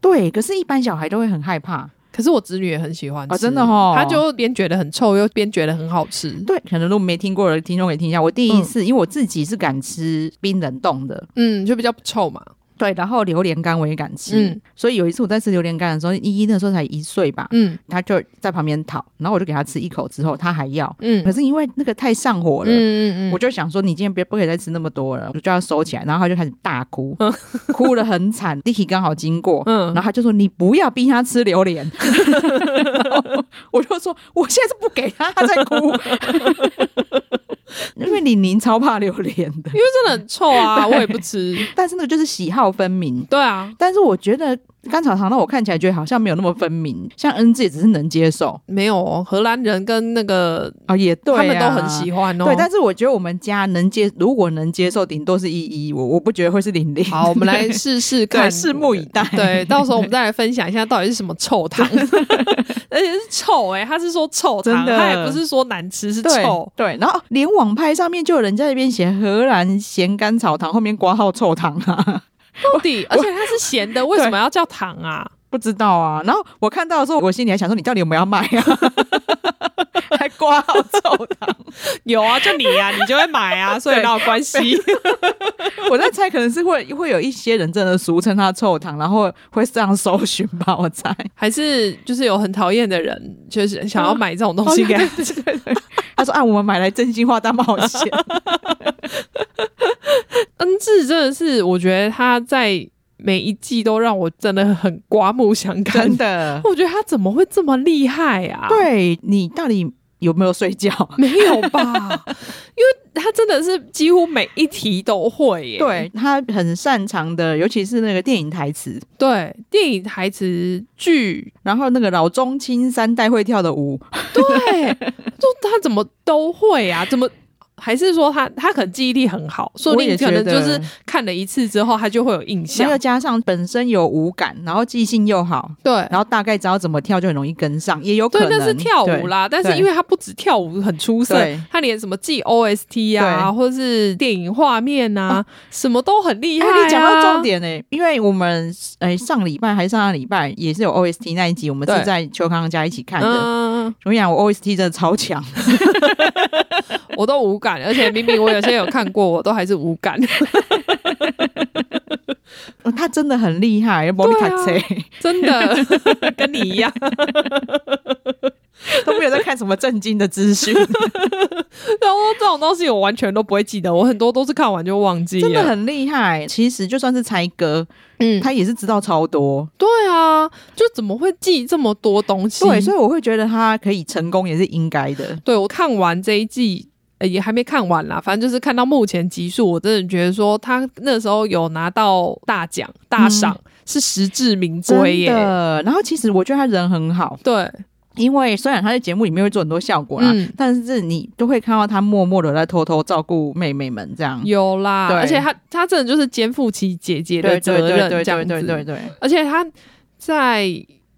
B: 对，可是一般小孩都会很害怕。
A: 可是我侄女也很喜欢吃，
B: 哦真的哦
A: 她就边觉得很臭，又边觉得很好吃。
B: 对，可能如果没听过的嗯听众可以听一下。我第一次，因为我自己是敢吃冰冷冻的，
A: 嗯，就比较不臭嘛。
B: 对，然后榴莲干我也敢吃，
A: 嗯
B: 所以有一次我在吃榴莲干的时候，依依那时候才一岁吧，
A: 嗯
B: 他就在旁边讨，然后我就给他吃一口之后，他还要，
A: 嗯
B: 可是因为那个太上火了。
A: 嗯嗯
B: 我就想说，你今天别不可以再吃那么多了，我就叫他收起来，然后他就开始大哭，哭得很惨。弟弟刚好经过，
A: 嗯
B: 然后他就说：“你不要逼他吃榴 [LAUGHS] 莲。”然后我就说：“我现在是不给他，他在哭。” [LAUGHS] 因为李宁超怕榴莲的，
A: 因为真的很臭 [LAUGHS] 啊，我也不吃。
B: 但是那个就是喜好分明。
A: 对啊，
B: 但是我觉得甘草糖让我看起来觉得好像没有那么分明，像 N 字也只是能接受
A: 没有哦，荷兰人跟那个
B: 哦，也对、
A: 他们都很喜欢哦。
B: 对，但是我觉得我们家能接，如果能接受，顶多是一一，我我不觉得会是零零。
A: 好，我们 [LAUGHS] 来试试
B: 对，
A: 看，
B: 拭目以 [LAUGHS] 待。
A: 对，到时候我们再来分享一下到底是什么臭
B: [LAUGHS]
A: 糖，而且是臭哎、他是说臭
B: 真
A: 糖，
B: 的
A: 他也不是说难吃，是
B: 对
A: 臭。
B: 对，然后连网拍上面就有人在那边写荷兰咸甘草糖，后面挂号臭糖啊， [LAUGHS]
A: 到底，而且它是咸的，为什么要叫糖啊？
B: 不知道啊。然后我看到的时候，我心里还想说，你到底有没有要买啊？ [LAUGHS] 还挂号臭糖，
A: 有啊，就你啊，你就会
B: [LAUGHS]
A: 买啊，所以哪有关系？
B: 我在猜，可能是会会有一些人真的俗称它臭糖，然后会这样搜寻吧，我猜。
A: [LAUGHS] 还是就是有很讨厌的人，就是想要买这种东西给他
B: 哦对对对对对他说：“啊，我们买来真心话大冒险。
A: [LAUGHS]
B: [LAUGHS]
A: 恩智真的是，我觉得他在每一季都让我真的很刮目相”看。
B: 真的，
A: 我觉得他怎么会这么厉害啊？，
B: 对你到底有没有睡觉？
A: 没有吧？因为他真的是几乎每一题都会
B: [LAUGHS]
A: 耶。
B: 对他很擅长的，尤其是那个电影台词，
A: 对，电影台词剧，
B: 然后那个老中青三代会跳的舞，
A: 对， [LAUGHS] 就他怎么都会啊？怎么？还是说他他可能记忆力很好，说不
B: 我
A: 定
B: 也觉
A: 可
B: 得
A: 能就是看了一次之后，他就会有印
B: 然
A: 象
B: 后。又加上本身有舞感，然后记性又好，
A: 对，
B: 然后大概知道怎么跳就很容易跟上，也有可
A: 对，
B: 能
A: 那是跳舞
B: 对
A: 啦。但是
B: 对
A: 因为他不止跳舞很出色
B: 对，
A: 他连什么记 OST 啊，或者是电影画面啊，什么都很厉害、
B: 哎、
A: 啊。
B: 你讲到重，点呢、因为我们哎、上礼拜还是上上礼拜也是有 OST 那一集，我们
A: 对
B: 是在邱康家一起看的。
A: 嗯，
B: 我跟你讲，我 OST 真的超强， [LAUGHS]
A: 我都无感，而且明明我有些有看过，我都还是无 [LAUGHS] 感，
B: 他真的很厉害，
A: 啊
B: 莫里卡切
A: 真的跟你一样。
B: [LAUGHS] 都没有在看什么震惊的资 [LAUGHS] 讯，
A: [LAUGHS] 然后这种东西啊我完全都不会记得，我很多都是看完就忘记了。
B: 真的，很厉害。其实就算是猜歌，
A: 嗯，
B: 他也是知道超多，
A: 对啊，就怎么会记这么多东西？
B: 对，所以我会觉得他可以成功也是应该的。
A: 对我看完这一季。呃也还没看完啦，反正就是看到目前集数，我真的觉得说他那时候有拿到大奖大赏、是实至名归
B: 嗯真
A: 耶。
B: 的，嗯然后其实我觉得他人很好，
A: 对，
B: 因为虽然他在节目里面会做很多效果啦，
A: 嗯
B: 但是你都会看到他默默的在偷偷照顾妹妹们这样。
A: 有啦，
B: 对
A: 而且他他真的就是肩负起姐姐的
B: 对
A: 责
B: 对对
A: 任
B: 对
A: 这样
B: 对对对
A: 子，
B: 对，
A: 而且他在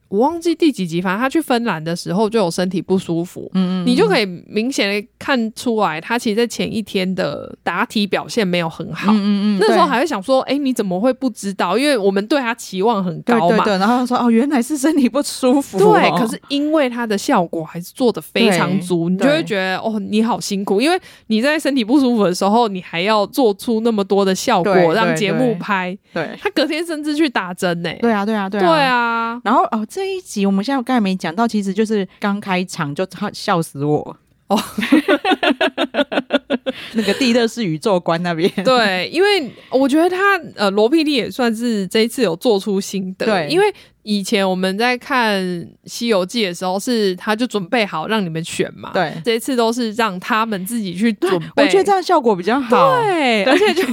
A: 我忘记第几集，反正他去芬兰的时候就有身体不舒服，
B: 嗯
A: 你就
B: 以
A: 可以明显的看出来，他其实在前一天的答题表现没有很好。
B: 嗯
A: 那时候
B: 对
A: 还会想说，哎、你怎么会不知道？因为我们对他期望很高
B: 对
A: 嘛。
B: 对对，然后他说哦，原来是身体不舒服、哦，
A: 对可是因为它的效果还是做的非常
B: 对
A: 足，你就会觉得哦，你好辛苦，因为你在身体不舒服的时候，你还要做出那么多的效果
B: 对对
A: 让节目
B: 对
A: 拍。
B: 对
A: 他隔天甚至去打针呢、
B: 对啊对啊对啊
A: 对啊，
B: 然后哦，这一集我们现在刚才没讲到，其实就是刚开场就他笑死我
A: 哦，
B: [LAUGHS] 那个地热是宇宙观那边，
A: 对，因为我觉得他呃，罗 PD 也算是这一次有做出心得，
B: 对
A: 因为以前我们在看《西游记》的时候，是他就准备好让你们选嘛，，
B: 对，
A: 这一次都是让他们自己去准备，
B: 我觉得这样效果比较好。
A: 对，而且就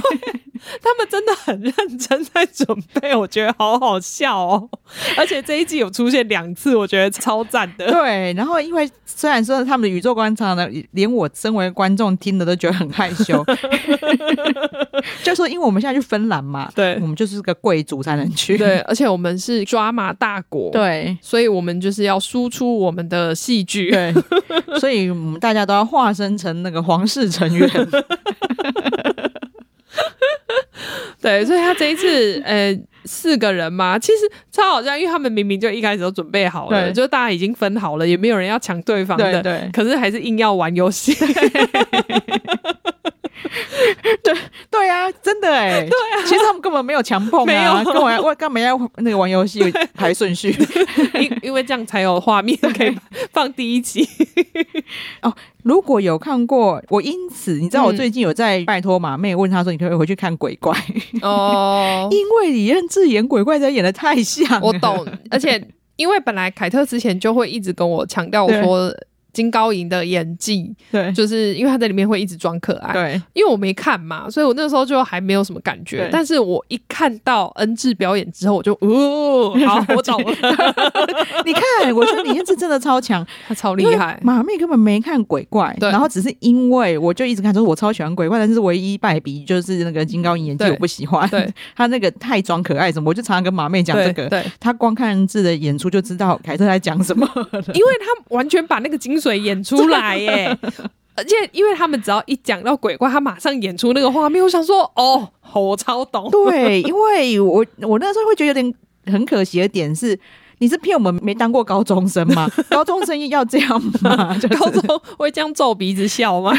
A: 他们真的很认真在准备，我觉得好好笑 [LAUGHS] 哦，而且这一季有出现两次，我觉得超赞的。
B: 对，然后因为虽然说他们的宇宙观常常连我身为观众听了都觉得很害羞，
A: [LAUGHS]
B: 就说因为我们现在去芬兰嘛，
A: [LAUGHS] 对
B: 我们就是个贵族才能去，
A: 对，而且我们是抓马大国，，
B: 对
A: 所以我们就是要输出我们的戏剧。
B: 对，所以我们大家都要化身成那个皇室成员，
A: 对，所以他这一次，呃，四个人嘛，其实超好笑，因为他们明明就一开始都准备好了，
B: 对
A: 就大家已经分好了，也没有人要抢对方
B: 对
A: 的，
B: 对。
A: 可是还是硬要玩游戏。
B: 对啊，真的哎、
A: [LAUGHS]
B: 对啊，其实他们根本没有强碰
A: 没
B: 啊，
A: 有
B: 跟我要我干嘛要那个玩游
A: [LAUGHS]
B: 戏排顺序？
A: 因因为这样才有画面可以放第一集。
B: 如果有看过，我因此你知道我
A: 嗯
B: 最近有在拜托马妹问她说，你可不可以回去看鬼怪？
A: 哦，
B: 因为李认智演鬼怪，真的演的太像了，
A: 我懂，而且因为本来凯特之前就会一直跟我强调说。金高银的演技，
B: 对
A: 就是因为他在里面会一直装可爱，
B: 对
A: 因为我没看嘛，所以我那时候就还没有什么感觉
B: 对。
A: 但是我一看到恩智表演之后，我就
B: [LAUGHS]
A: 哦，好，我懂了，
B: 你看，我觉得李彦智真的超强，
A: 他超 [LAUGHS] 厉
B: 因为
A: 害。
B: 马妹根本没看鬼怪，
A: 对
B: 然后只是因为我就一直看说，我超喜欢鬼怪，但是唯一败笔就是那个金高银演技
A: 对
B: 我不喜欢，
A: 对，
B: [LAUGHS] 他那个太装可爱什么，我就常常跟马妹讲这
A: 对
B: 个。
A: 对，
B: 他光看恩智的演出就知道凯特在讲什么，
A: 因为他完全把那个精髓演出来
B: [LAUGHS]
A: 耶。而且，因为他们只要一讲到鬼怪，他马上演出那个画面，我想说，哦，我超
B: [LAUGHS] [LAUGHS]
A: 懂。
B: 对，因为我我那时候会觉得有点很可惜的点是，你是骗我们没当过高中生 [LAUGHS] 吗？高中生要这样吗？ [LAUGHS] 就是
A: 高中会这样皱鼻子
B: [LAUGHS]
A: 笑吗？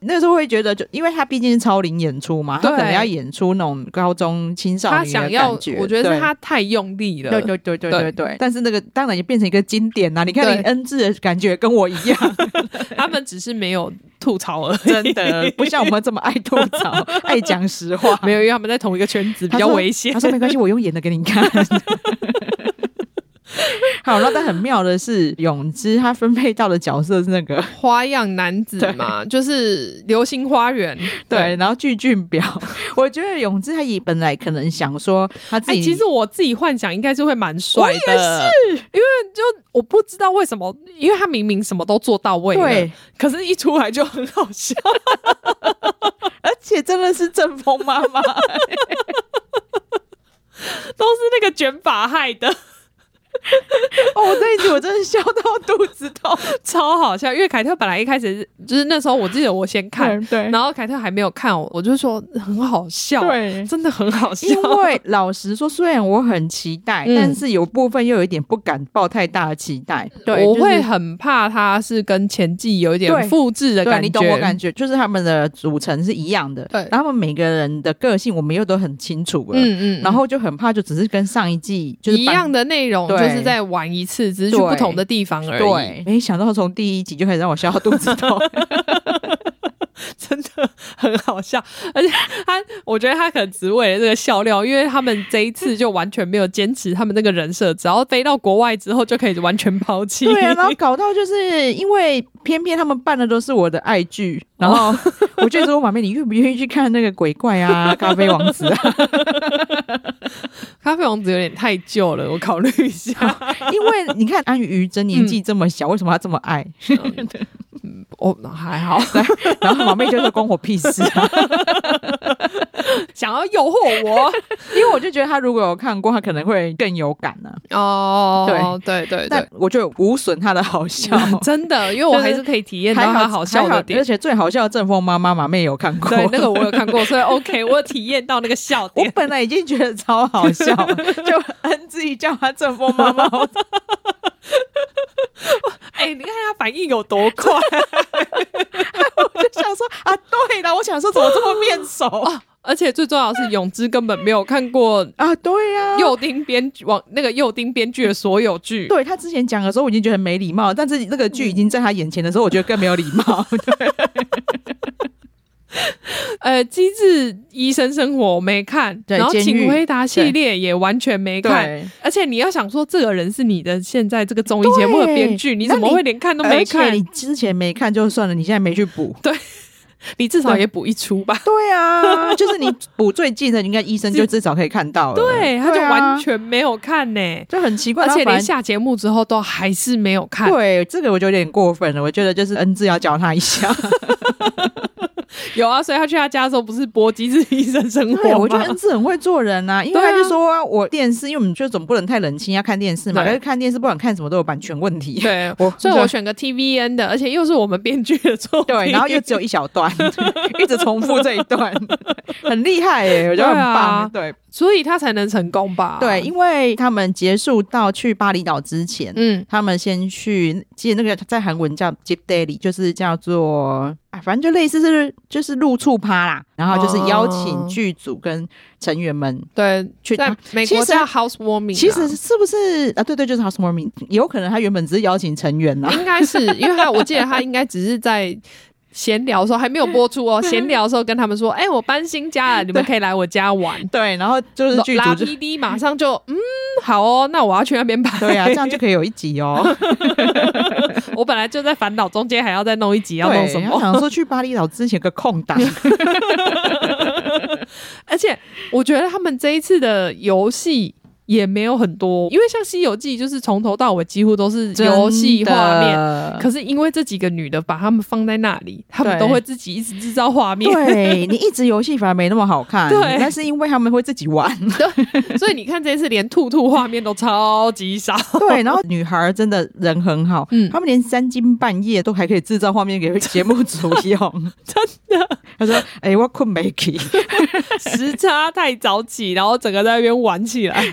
B: 那时候会觉得就，因为他毕竟是超龄演出嘛，他
A: 对
B: 可能要演出那种高中青少
A: 他
B: 年的
A: 想要，
B: 感
A: 我觉得
B: 对
A: 是他太用力了。
B: 对对对对对
A: 对
B: 对，但是那个当然也变成一个经典啊啦。你看
A: 对
B: 你恩智的感觉跟我一样，
A: 他们只是没有吐槽而已，
B: [LAUGHS] 真的 [LAUGHS] 不像我们这么爱吐 [LAUGHS] 槽、爱讲实话。
A: [LAUGHS] 没有，因为他们在同一个圈 [LAUGHS] 子比
B: 他
A: 较
B: 说
A: 危险
B: 他。说没关系，我用演的给你看。 [LAUGHS] 好，那但很妙的是，泳之他分配到的角色是那
A: [LAUGHS]
B: 个
A: 花样男子嘛，就是《流星花园》 [LAUGHS]
B: 对，。然后具俊表，我觉得泳之他也本来可能想说他自
A: 哎、
B: 己，
A: 其实我自己幻想应该是会蛮帅的，是因为就我不知道为什么，因为他明明什么都做到位了，
B: 对，
A: 可是一出来就很好笑。
B: 而且真的是正风妈妈， [LAUGHS] 哦
A: 都是那个卷发害的，
B: 哦，我那一集我真的笑到肚子痛。
A: [LAUGHS] 超好笑。因为凯特本来一开始是就是那时候我记得我先看，
B: 对
A: 然后凯特还没有看，我就说很好笑， [LAUGHS]
B: 对
A: 真的很好笑。
B: 因为老实说，虽然我很期待，
A: 嗯
B: 但是有部分又有一点不敢抱太大的期待。对，
A: 我
B: 就是
A: 会很怕它是跟前季有一
B: 对
A: 点复制的
B: 对
A: 感觉，
B: 你懂我感觉，就是他们的组成是一样的，
A: 对
B: 然后他们每个人的个性我们又都很清楚了，
A: 嗯嗯，
B: 然后就很怕就只是跟上一季就是
A: 一
B: 搬
A: 样。的内容，
B: 对
A: 就是在玩一次，只是去
B: 对
A: 不同的地方而已。
B: 对，没想到从第一集就开始让我笑到肚子
A: [LAUGHS]
B: 痛。
A: 真的 [LAUGHS] 很好笑，而且他，我觉得他可能只为了这个笑料，因为他们这一次就完全没有坚持他们那个人设，只要飞到国外之后就可以完全抛弃。
B: [LAUGHS] 对啊，然
A: [LAUGHS]
B: 后搞到就是因为偏偏他们办的都是我的爱剧，然后
A: 哦
B: 我就说马妹，你愿不愿意去看那个鬼怪啊、咖啡王子啊？ [LAUGHS]
A: 咖啡王子有点太旧了，我考虑一下。
B: [LAUGHS] 因为你看安于真年
A: 嗯
B: 纪这么小，为什么他这么爱？
A: 哦，还好，
B: 然后马妹就说关我屁事啊！ [LAUGHS]
A: 想要诱惑我
B: 因为我就觉得他如果有看过，他可能会更有感呢、啊。
A: 哦，对对对
B: 但我就无损他的好笑。 [LAUGHS]
A: 真的，因为我还是可以体验到他好笑的
B: 还好而
A: 点。
B: 且最好笑的正风妈妈马妹有看过，
A: 对，那个我有看过，所以 OK，我有体验到那个笑
B: [LAUGHS] 我
A: 点。
B: 本来已经觉得超好 [LAUGHS] 笑了，就恩自己叫她正风妈妈，我 [LAUGHS]
A: 哎、你看他反应有多
B: 就
A: 快，
B: 想说啊，对了，我想说怎么这么面熟啊？
A: 而且最重要的是，永之根本没有看过
B: 对呀、
A: 幼丁编剧网那个幼丁编剧的所有剧。
B: 对他之前讲的时候，我已经觉得很没礼貌，但是那个剧已经在他眼前的时候，我觉得更没有礼 [LAUGHS] 貌。
A: 呃，《机智医生生活》我没看，
B: 对
A: 然后《
B: 监狱
A: 请回答》系列也完全没看。
B: 对，
A: 而且你要想说，这个人是你的现在这个综艺节目的编剧，
B: 对
A: 你怎么会连看都没
B: 哎而且
A: 看？
B: 你
A: 你
B: 之前没看就算了，你现在没去补。
A: 至少也补一出
B: [LAUGHS]
A: 吧。
B: 对啊，就是你补最近的，你应该医生就至少可以看到了。
A: 对，他就
B: 啊
A: 完全没有看呢、
B: 就很奇怪，
A: 而且
B: 然
A: 连
B: 后反
A: 下节目之后都还是没有看
B: 正。对这个我就有点过分了，我觉得就是恩智要教他一下。
A: 有啊，所以他去他家的时候不是播《机智医生生
B: [LAUGHS] [LAUGHS]
A: 活》
B: 对，我觉
A: 吗 [LAUGHS]
B: 得恩智很会做人呐、因为
A: 对
B: 他
A: 啊
B: 就说、我电视，因为我们就总不能太冷清，要看电视嘛，
A: 对
B: 但是看电视不管看什么都有版权问题。
A: 对，
B: 我
A: 所以我
B: 对
A: 选个 TVN 的，而且又是我们编剧的作品，
B: 对，然后又只有一小 [LAUGHS] 段，一直重复这一段， [LAUGHS] 很厉害耶、我觉得很棒。对、
A: [LAUGHS]
B: 啊
A: 所以他才能成功吧？
B: 对，因为他们结束到去巴厘岛之前，
A: 嗯，
B: 他们先去，记得那个在韩文叫 Jeep Daily，就是叫做啊，反正就类似是就是露处趴啦，然后就是邀请
A: 哦
B: 剧组跟成员们。
A: 对，
B: 去
A: 在美
B: 其
A: 国
B: 实
A: 叫 housewarming，、啊、
B: 其实是不是啊？对对，就是 housewarming，有可能他原本只是邀请成员
A: [LAUGHS]
B: 啦。
A: [LAUGHS] 应该是因为他，我记得他应该只是在闲聊的时候还没有播出
B: [LAUGHS]
A: 哦，闲聊的时候跟他们说，哎、我搬新家了，你们可以来我家玩。
B: 对，然后就是剧
A: 拉
B: 组就
A: PD 马上就嗯好哦，那我要去那边搬。
B: [LAUGHS] 对啊，这样就可以有一集哦。
A: [LAUGHS] 我本来就在烦恼，中间还要再弄一集，要
B: 对
A: 弄什
B: 然后
A: 么？
B: 想说去巴厘岛之前有个空
A: [LAUGHS]
B: 档，
A: 而且我觉得他们这一次的游戏。也没有很多，因为像《西游记》就是从头到尾几乎都是游戏画面，
B: 面
A: 可是因为这几个女的把她们放在那里，她们
B: 对
A: 都会自己一直制造画面，
B: 对你一直游戏反而没那么好看，
A: [LAUGHS] 对
B: 但是因为他们会自己玩，
A: 所以你看这次连兔兔画面都超级少，
B: [LAUGHS] 对，然后女孩儿真的人很好，
A: 嗯
B: 他们连三更半夜都还可以制造画面给节目组用， [LAUGHS] 真的。他说：“哎、我困没起，
A: 时差太早起，然后整个在那边玩起来，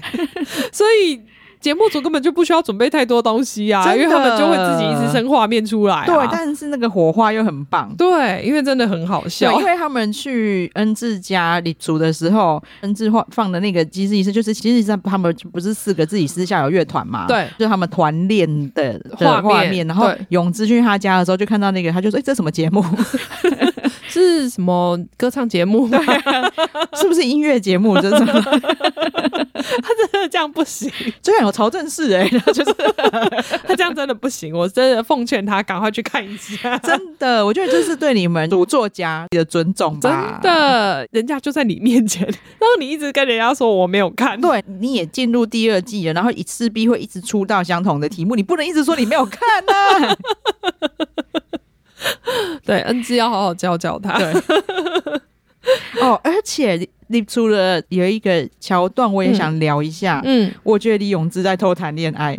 A: 所以。节目组根本就不需要准备太多东西啊，
B: 真的
A: 因为他们就会自己一直生画面出来、
B: [LAUGHS]
A: 啊。
B: 对，但是那个火花又很棒。”
A: 对，因为真的很好
B: 对，
A: 笑
B: 因。为他们去恩智家里组的时候，恩智放放的那个机制仪式，就是其实上他们不是四个自己私下有乐团嘛，
A: 对
B: 就是他们团练的的
A: 画面
B: 画面。然后
A: 对
B: 永志去他家的时候，就看到那个，他就说：“哎、这什么节目？ [LAUGHS]
A: 是什么歌唱节目？ [LAUGHS]
B: 是不是音乐节目？这是什么？ [LAUGHS]
A: 这样不行， [LAUGHS]
B: 居然有曹正式哎、 [LAUGHS] 然后就是
A: 他这样真的不行。我真的奉劝他赶快去看一 [LAUGHS] 下，
B: 真的，我觉得这是对你们主作家的尊重
A: 真
B: 吧。。
A: 的，人家就在你面前，然后你一直跟人家说我没有看，
B: 对，你也进入第二季了，然后一势必会一直出到相同的题目，你不能一直说你没有看啊呐、
A: [LAUGHS] 对，恩之要好好教教他。
B: 对哦，而且你你除了有一个桥段，我也想聊一下。
A: 嗯，
B: 我觉得李永芝在偷谈恋爱，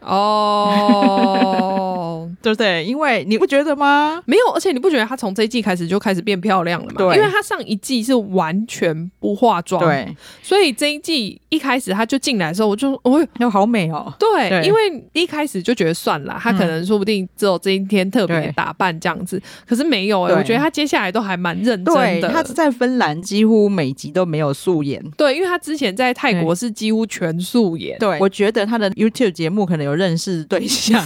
A: 哦， [LAUGHS]
B: 对不对？因为你不觉得吗？
A: 没有，而且你不觉得她从这一季开始就开始变漂亮了吗？
B: 对
A: 因为她上一季是完全不化妆，，
B: 对，
A: 所以这一季一开始她就进来的时候，我就我、
B: 又好美哦。
A: 对，
B: 对
A: 因为一开始就觉得算了，她可能说不定只有这一天特别
B: 对
A: 打扮这样子，可是没有哎、
B: 对
A: 我觉得她接下来都还蛮认真
B: 对，她
A: 的。
B: 在芬兰几乎每集都没有素颜。
A: 对，因为她之前在泰国是几乎全素颜，
B: 对，我觉得他的 YouTube 节目可能有认识对
A: [LAUGHS]
B: 象，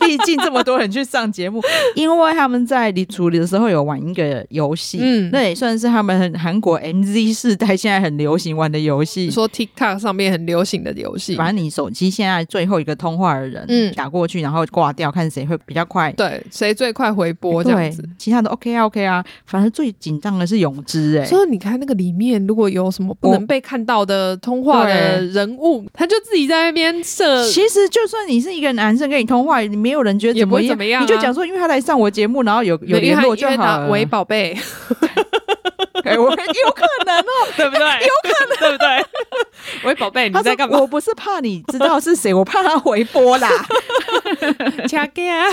B: 毕竟这么多人去上节目，因为他们在离处理的时候有玩一个游戏，
A: 嗯
B: 那也算是他们很韩国 MZ 世代现在很流行玩的游戏。
A: 说 TikTok 上面很流行的游戏，
B: 反正你手机现在最后一个通话的人，
A: 嗯
B: 打过去然后挂掉，看谁会比较快。
A: 对，谁最快回拨这样
B: 对
A: 子。，
B: 其他的 OK 啊 OK 啊，反正最紧张的是永之哎、
A: 所以你看那个里面，如果有什么不能被看到的通话的人物，他就自己在那边设。
B: 其实就算你是一个男生跟你通话，你没有人觉得
A: 也
B: 怎
A: 不
B: 么
A: 会
B: 样，
A: 怎么样啊
B: 你就讲说，因为他来上我节目，然后有有
A: 因为
B: 联
A: 他
B: 络就
A: 因为
B: 好
A: 他
B: 了。
A: 喂宝贝，
B: [LAUGHS] 哎、我有可能哦。
A: 对不对？ [LAUGHS] 有可能，对不对？喂宝贝，你
B: 他
A: 在
B: 说
A: 干嘛？
B: 我不是怕你知道是谁，我怕他回拨 [LAUGHS] 啦。
A: 掐给啊！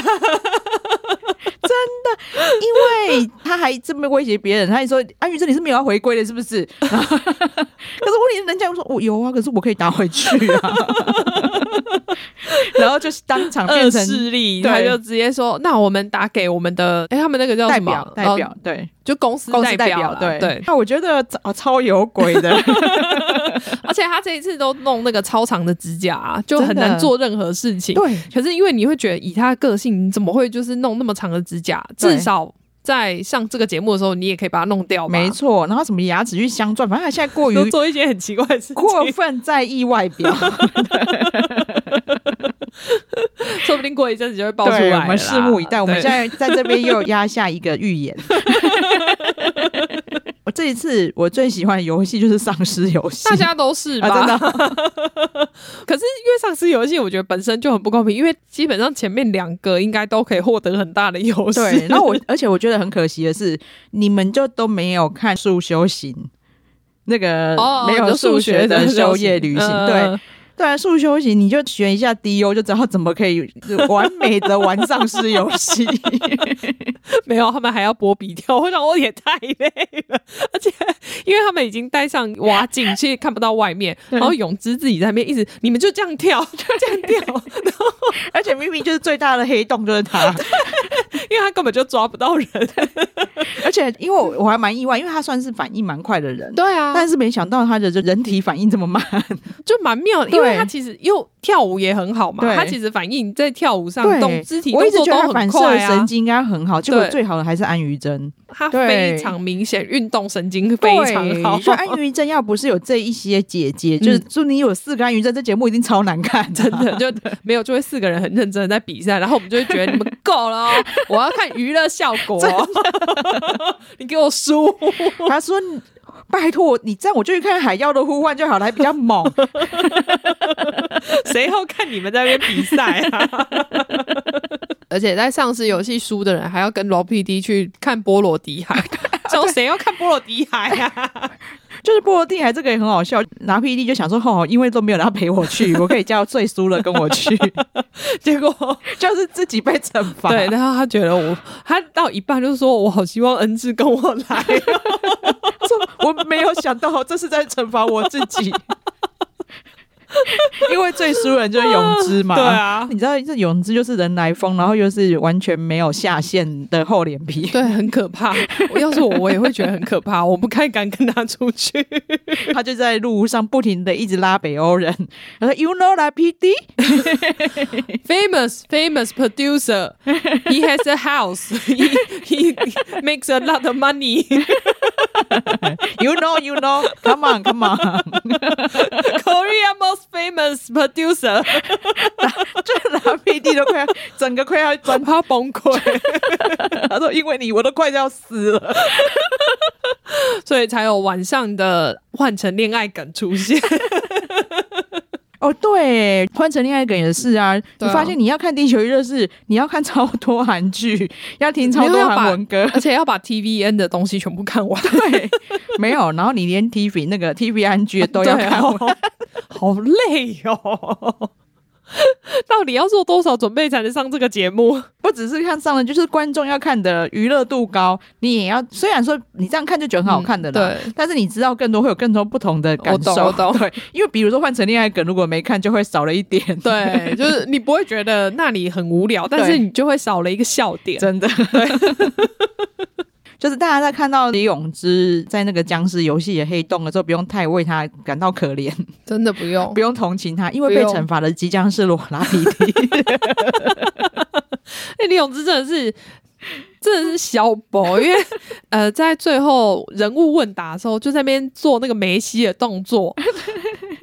B: 因为他还这么威胁别人，他还说：“安宇这里是没有要回归的，是不是？”可是问题是，人家又说：“我、有啊，可是我可以打回去 [LAUGHS] 啊。”然后呃就是当场变
A: 恶
B: 成
A: 势力，
B: 对
A: 他就直接说：“那我们打给我们的，哎，他们那个叫
B: 代
A: 什么
B: 表？代表
A: 哦，
B: 对
A: 就公司
B: 公司代
A: 表
B: 表
A: 啦。
B: 对
A: 对。
B: 那我觉得超超有鬼的，
A: [LAUGHS] 而且他这一次都弄那个超长的指甲啊，就很
B: 真
A: 难
B: 的
A: 做任何事
B: [LAUGHS]
A: 情。
B: 对
A: 可是因为你会觉得以他的个性，你怎么会就是弄那么长的指甲？
B: 对
A: 至少在上这个节目的时候，你也可以把它弄掉吧。
B: [LAUGHS] 没，错。然后什么牙齿去镶钻，反正他现在过于
A: 都做一些很奇怪的
B: [LAUGHS]
A: 事
B: 过
A: 情，
B: 分在意外表。
A: 说不定过一阵子就会爆出来
B: 对，
A: 了啦。
B: 我们拭目以待。我们
A: 对
B: 现在在这边又压下一个预
A: [LAUGHS]
B: 言。我这一次我最喜欢的游 [LAUGHS] 戏就是丧尸游戏，
A: 大家都是吧？
B: 啊真的哦
A: 可是因为丧尸游戏，我觉得本身就很不公平，因为基本上前面两个应该都可以获得很大的优势。
B: 对。
A: [LAUGHS]
B: 那我而且我觉得很可惜的是，你们就都没有看《速修行》。那个
A: 哦，
B: 没
A: 有
B: 数学的
A: 修
B: 修业旅行，
A: 嗯
B: 对对啊，速修行你就学一下 DU 就知道怎么可以完美的玩丧尸游戏。
A: 没有，他们还要剥鼻跳，我想我哦也太累了，而且因为他们已经戴上蛙镜，其实看不到外面，然后泳姿自己在那边一直，你们就这
B: [LAUGHS]
A: 样跳，就这样跳， [LAUGHS]
B: 而且明明就是最大的黑洞就是它，
A: 因为他根本就抓不
B: [LAUGHS]
A: 到人。
B: 而且因为我我还蛮意外，因为他算是反应蛮快的人，
A: 对啊
B: 但是没想到他的就人体反应这么慢。
A: 就蛮妙的，因为
B: 对
A: 他其实又跳舞也很好嘛，
B: 对
A: 他其实反应在跳舞上
B: [LAUGHS] 对
A: 动肢体
B: 我
A: 动
B: 一直
A: 作
B: 觉
A: 都
B: 得他
A: 很
B: 反射
A: 快
B: 的
A: 啊
B: 神，经应该很好，结果
A: 对
B: 最好的还是安于真。
A: 他
B: 对
A: 非常明显运动神经非常好
B: 对，嗯所以安于真要不是有这一些姐姐，就是祝你有四个安于真，这节目一定超难看， [LAUGHS] 真
A: [LAUGHS] 真。的就没有就会四个人很认真的在比赛，然后我们就会觉得你们够了 [LAUGHS] 哦，我要看娱乐效果哦， [LAUGHS] 你给我输，
B: 他说：“拜托，你这样我就去看海妖的呼唤就好了，还比较 [LAUGHS] 猛。
A: [LAUGHS] 谁要看你们在那边比赛啊？ [LAUGHS] 而且在丧尸游戏输的人还要跟罗 PD 去看波罗的海， [LAUGHS] 说谁要看波罗的海啊？
B: 就是波罗的海这个也很好笑，拿 PD 就想说：哦，因为都没有人要陪我去，我可以叫最输了跟我去，
A: [LAUGHS]
B: [LAUGHS]
A: 结果。
B: 就是自己被惩罚。
A: [LAUGHS] 对，然后他觉得我，他到一半就说：“我好希望恩智跟我
B: 他
A: 来。
B: 说我没有想到这是在惩罚我自己。 [LAUGHS] 因为最输人就是泳姿”嘛，
A: [LAUGHS] 对啊，
B: 你知道这泳姿就是人来疯，然后又是完全没有下限的厚脸皮，
A: [LAUGHS] 对，很可怕。我要是我，我也会觉得很可怕，我不太敢跟他出去。
B: 他就在路上不停的一直拉北欧人，他说 You know that PD，
A: famous, famous producer, he has a house, he he makes a lot of money. [LAUGHS]
B: You know, you know. Come on, come on. [LAUGHS]
A: Korea most famous producer，
B: 就拿 PD 都快要，整个快要
A: 很
B: 转。
A: 怕崩溃，
B: 他说：“因为你，我都快要死了。
A: [LAUGHS] 所以才有晚上的换成恋爱梗出现。” [LAUGHS]
B: 哦，对，换成恋爱梗也是啊。你
A: 对啊
B: 发现你要看《地球娱乐室》，你要看超多韩剧，要听超
A: 你
B: 多
A: 要把
B: 韩文歌。
A: 而且要把 TVN 的东西全部看完。
B: 对，没有，然后你连 TV 那个 TV N G 都要
A: 对
B: 看完。
A: 哦， [LAUGHS] 好累哦。 [LAUGHS] 到底要做多少准备才能上这个节目？
B: 不只是看上了，就是观众要看的娱乐度高，你也要。虽然说你这样看就觉得很好看的啦，
A: 嗯对，
B: 但是你知道更多会有更多不同的感
A: 我懂
B: 受。
A: 我懂
B: [LAUGHS] 对，因为比如说换成恋爱梗，如果没看就会少了一点。
A: 对，就是你不会觉得那里很无聊，但是你就会少了一个笑点。
B: 真的。 [LAUGHS] 就是大家在看到李永芝在那个僵尸游戏的黑洞的时候，不用太为他感到可怜，
A: 真的不用
B: 不，用同情他，因为
A: 哦不
B: 被
A: 用
B: 惩罚的即将是罗拉皮蒂。
A: [LAUGHS] 哎，李永芝真的是。真的是小宝，因为 [LAUGHS] 呃，在最后人物问答的时候，就在那边做那个梅西的动 [LAUGHS] 作。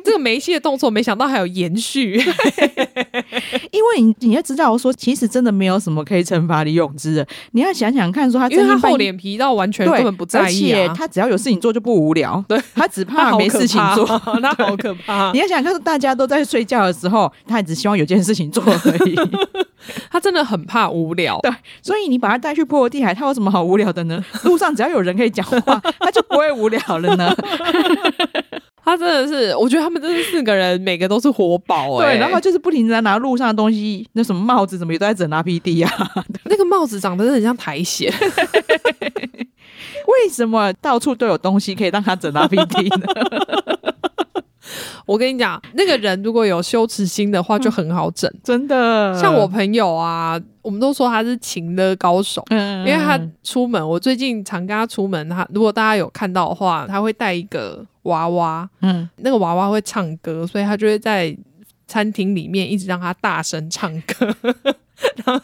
A: 这个梅西的动作，没想到还有延续。
B: 因为你你要知道说，其实真的没有什么可以惩罚李永芝的。你要想想看，说他
A: 因为
B: 真
A: [LAUGHS] 他
B: 心半
A: 厚
B: 意
A: 脸皮到完全
B: 对，
A: 根本不在意
B: 而
A: 啊
B: 且，他只要有事情做就不无聊，对他只
A: 他
B: 怕
A: 好
B: 没
A: 可
B: 事情
A: 怕
B: 做。 [LAUGHS]
A: 哦 [LAUGHS] 他好可怕。
B: 你要想想看，说大家都在睡觉的时候，他只希望有件事情做而已。
A: 他真的很怕无聊。
B: 对，所以你把他带去波罗的海，他有什么好无聊的 [LAUGHS] 呢？路上只要有人可以讲话，他就不会无聊了呢。
A: 他真的是，我觉得他们真是四个人，每个都是活宝哎、
B: [LAUGHS] 对，然后就是不停的拿路上的东西，那什么帽子什么也都在整 R P D [LAUGHS] 啊。
A: 那个帽子长得真的很像苔藓，
B: 为什么到处都有东西可以让他整 R P D 呢？
A: 我跟你讲，那个人如果有羞耻心的话，就很好整。
B: [LAUGHS] 真的，
A: 像我，朋友啊，我们都说他是情的高手，
B: 嗯
A: 因为他出门，我最近常跟他出门，他如果大家有看到的话，他会带一个娃娃，
B: 嗯，
A: 那个娃娃会唱歌，所以他就会在餐厅里面一直让他大声唱歌，然后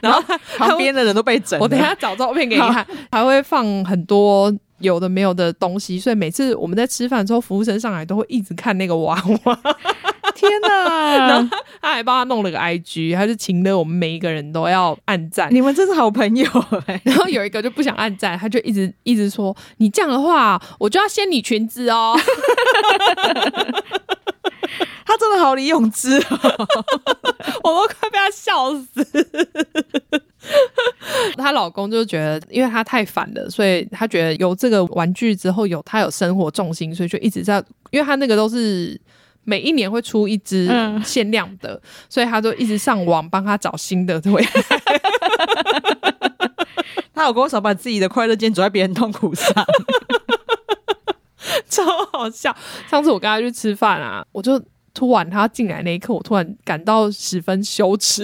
A: 然 [LAUGHS] 后他
B: 旁边的人都被整了。
A: 我等一下找照片给你看，还会放很多有的没有的东西，所以每次我们在吃饭的时候，服务生上来都会一直看那个娃娃，
B: 天 [LAUGHS] 哪！
A: 他还帮他弄了个 IG，他就请的我们每一个人都要按赞。
B: 你们真是好朋友哎、
A: 然后有一个就不想按赞，他就一直一直说：“你这样的话，我就要掀你裙子哦。 [LAUGHS]
B: 他真的好李永 [LAUGHS] 芝、哦，”
A: 我都快被他笑死。 [LAUGHS] 她老公就觉得，因为她太烦了，所以她觉得有这个玩具之后，有她有生活重心，所以就一直在，因为她那个都是。每一年会出一只
B: 嗯
A: 限量的，所以她就一直上网帮她找新的回来。
B: 他有跟我少把自己的快乐建筑在别人痛苦上，
A: [LAUGHS] 超好笑。上次我跟他去吃饭啊，我就突然他进 [LAUGHS] 来那一刻，我突然感到十分羞耻。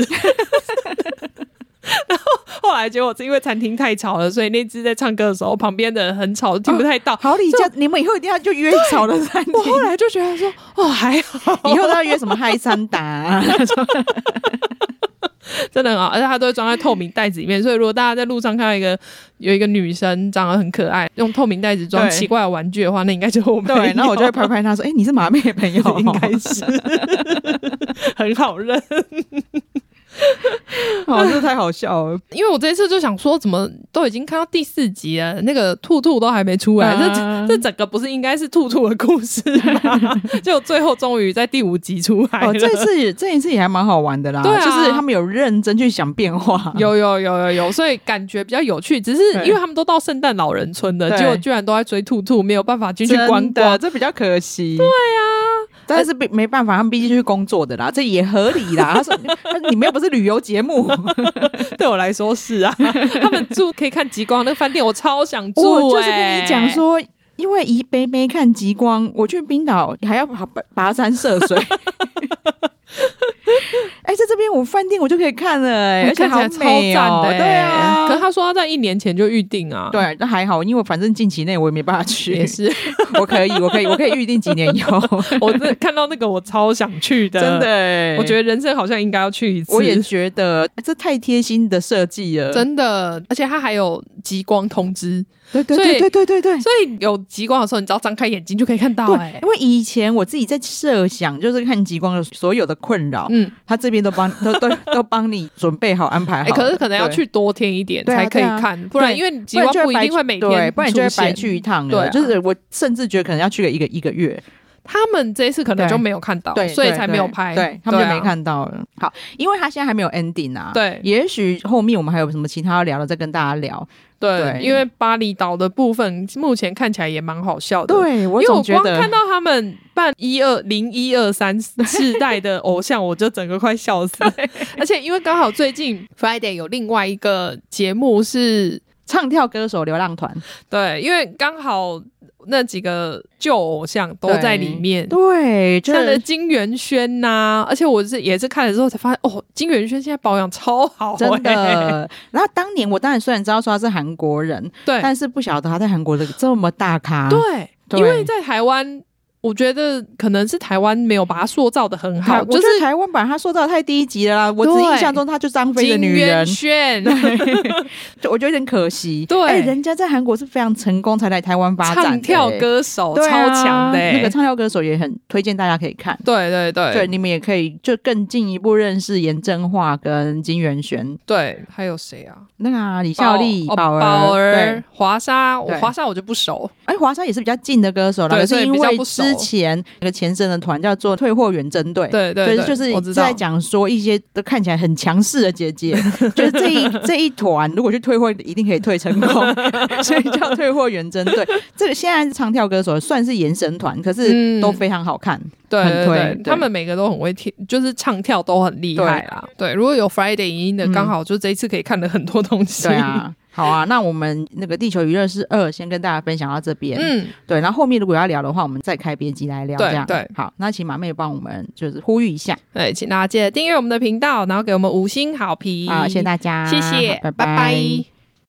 A: 然后后来结果是因为餐厅太吵了，所以那只在唱歌的时候，旁边的人很吵，听不太到。
B: 好理解，你们以后一定要就约吵的餐 [LAUGHS] 厅
A: [LAUGHS] 我，后来就觉得说，哦，还好，
B: 以后都要约什么嗨三达、啊，
A: 真的很好，而且它都会装在透明袋子里面，所以如果大家在路上看到一个有一个女生长得很可爱，用透明袋子装
B: 对
A: 奇怪的玩具的话，那应该就是我们。
B: [LAUGHS] 对，然后我就会拍拍他说：“哎、你是马妹的朋友、哦，
A: [LAUGHS] 应该是很好认，
B: [LAUGHS] 哦，这太好笑
A: [LAUGHS]
B: 了。
A: 因为我这一次就想说，怎么都已经看到第四集了，那个兔兔都还没出来，
B: 啊
A: 这这整个不是应该是兔兔的故事
B: [LAUGHS]
A: 吗？就最后终于在第五集出来了。
B: 哦，这次也这一次也还蛮好玩的啦，
A: 对啊
B: 就是他们有认真去想变化，
A: [LAUGHS]
B: [LAUGHS]
A: 有有有有有，所以感觉比较有趣。只是
B: 对
A: 因为他们都到圣诞老人村了，
B: 对
A: 结果居然都在追兔兔，没有办法进去观
B: 真
A: 光
B: 的，。这比较可惜。
A: 啊
B: 对呀、但是没没办法，他们毕竟是去工作的啦，这也合理啦。他说：“ [LAUGHS] 他说你们又不是旅游节目，
A: 对欸我来说是
B: [LAUGHS]
A: 啊，他们住可以看极光那个饭店，我超想住、
B: 我就是跟
A: 欸
B: 你讲，说，因为宜北北看极光，我去冰岛还要爬跋山涉水。 [LAUGHS] 哎、在这边我饭店我就可以看了、
A: [LAUGHS]
B: 哎，而且
A: 看起
B: 好
A: 来超
B: 美
A: 赞
B: 哦、
A: 的、欸
B: 对
A: 可
B: 啊。
A: 是他说他在一年前就预定啊，，
B: 对，那还好，因为反正近期内我也没办法
A: 也
B: 去，
A: 是，
B: [LAUGHS] 我可以，我可以，我可以预定几年以
A: [LAUGHS]
B: 后， [LAUGHS]
A: 我真的看到那个我超想去的，
B: 真的、，哎
A: 我觉得人生好像应该要去一次，
B: 我也觉得哎这太贴心的设计了，
A: 真的，而且他还有极光通知，
B: 对对
A: 所
B: 对
A: 以
B: 对对对对，
A: 所以有极光的时候，你只要张开眼睛就可以看到、欸，
B: 哎对，因为以前我自己在设想，就是看极光的所有的困扰，
A: 嗯，
B: 他这边都帮都都都帮你准备好安排好
A: 哎、
B: 了、
A: 可是可能要
B: 对
A: 去多天一点
B: 对啊
A: 才可以
B: 对啊
A: 看，不然
B: 对
A: 因为极
B: 不然
A: 光
B: 就会
A: 不一
B: 白
A: 定
B: 去
A: 会每
B: 对，
A: 天
B: 不然你就会
A: 出
B: 白
A: 现
B: 去一趟了。
A: 对啊
B: 就是我甚至觉得可能要去个一个一个月，
A: 他们这一次可能
B: 对
A: 就没有看到，
B: 对，
A: 所以
B: 对
A: 才没有拍，
B: 对他们就
A: 啊
B: 没。看到了。好，因为他现在还没有 ending 啊，
A: 对
B: 也许后面我们还有什么其他要聊的，再跟大家聊。
A: 对，
B: 对
A: 因为巴厘岛的部分目前看起来也蛮好笑的。。
B: 对我
A: 因为我
B: 总觉
A: 光
B: 得
A: 看到他们办一二零一
B: [LAUGHS]
A: 二三世代的偶像，我就整个快笑死。 [LAUGHS] 而且因为刚好最近 Friday 有另外一个节目是，
B: 唱跳歌手流浪团
A: 对，因为刚好那几个旧偶像都在里面，
B: 对，就
A: 像的
B: 是
A: 金元轩呐、而且我是也是看了之后才发现，哦，金元轩现在保养超好、欸，
B: 真，的。 [LAUGHS] 然后当年我当然虽然知道说他是韩国人，
A: 对
B: 但是不晓得他在韩国的这么大咖。
A: 对，
B: 对
A: 因为在台湾，我觉得可能是台湾没有把它塑造的很
B: 台，
A: 好，
B: 我
A: 就
B: 觉得
A: 是
B: 台湾把他塑造得太低级了啦。我只
A: 对
B: 印象中他就是张飞的
A: 金
B: 女人
A: 元，炫
B: 就我觉得有点可惜。
A: 对
B: 哎人家在韩国是非常成功，才来台湾发展的、
A: 唱跳
B: 哎
A: 歌手、
B: 对啊
A: 哦超强的、欸，
B: 那个唱跳歌手也很推荐大家可以看。
A: 对对对
B: 对，你们也可以就更进一步认识严正化跟金元璇，
A: 对还有谁啊？
B: 那个啊李孝利、
A: 宝
B: 宝
A: 哦
B: 儿，
A: 宝
B: 对
A: 儿、华莎，我
B: 对
A: 华莎我就不熟，
B: 哎，华莎也是比较近的歌手啦，
A: 对
B: 可
A: 所
B: 是
A: 以
B: 因
A: 比较
B: 为
A: 不熟
B: 之前那个前身的团叫做退货员针对，
A: 对对
B: 对，
A: 对，
B: 就是
A: 我知道
B: 在。讲说一些都看起来很强势的姐
A: [LAUGHS]
B: 姐，就是这一这一团如果去退货，一定可以退成功， [LAUGHS] 所以叫退货员针对。这个现在唱跳歌手算是延伸团，可是
A: 嗯
B: 都非常好看。
A: 对
B: 很
A: 对
B: 推
A: 对，
B: 对
A: 他们每个都很会跳，就是唱跳都很厉害啦。对，如果有 Friday 影音的，
B: 嗯
A: 刚好就这一次可以看了很多东西。
B: [LAUGHS] 对，啊，好啊，那我们那个地球娱乐室二先跟大家分享到这边。
A: 嗯，
B: 对，然后后面如果要聊的话，我们再开别集来聊。
A: 对
B: 这样
A: 对
B: 好，那请马妹帮我们就是呼吁一下
A: 对，请大家记得订阅我们的频道，然后给我们五星好评
B: 啊、谢谢大家，
A: 谢谢，
B: 好拜
A: 拜拜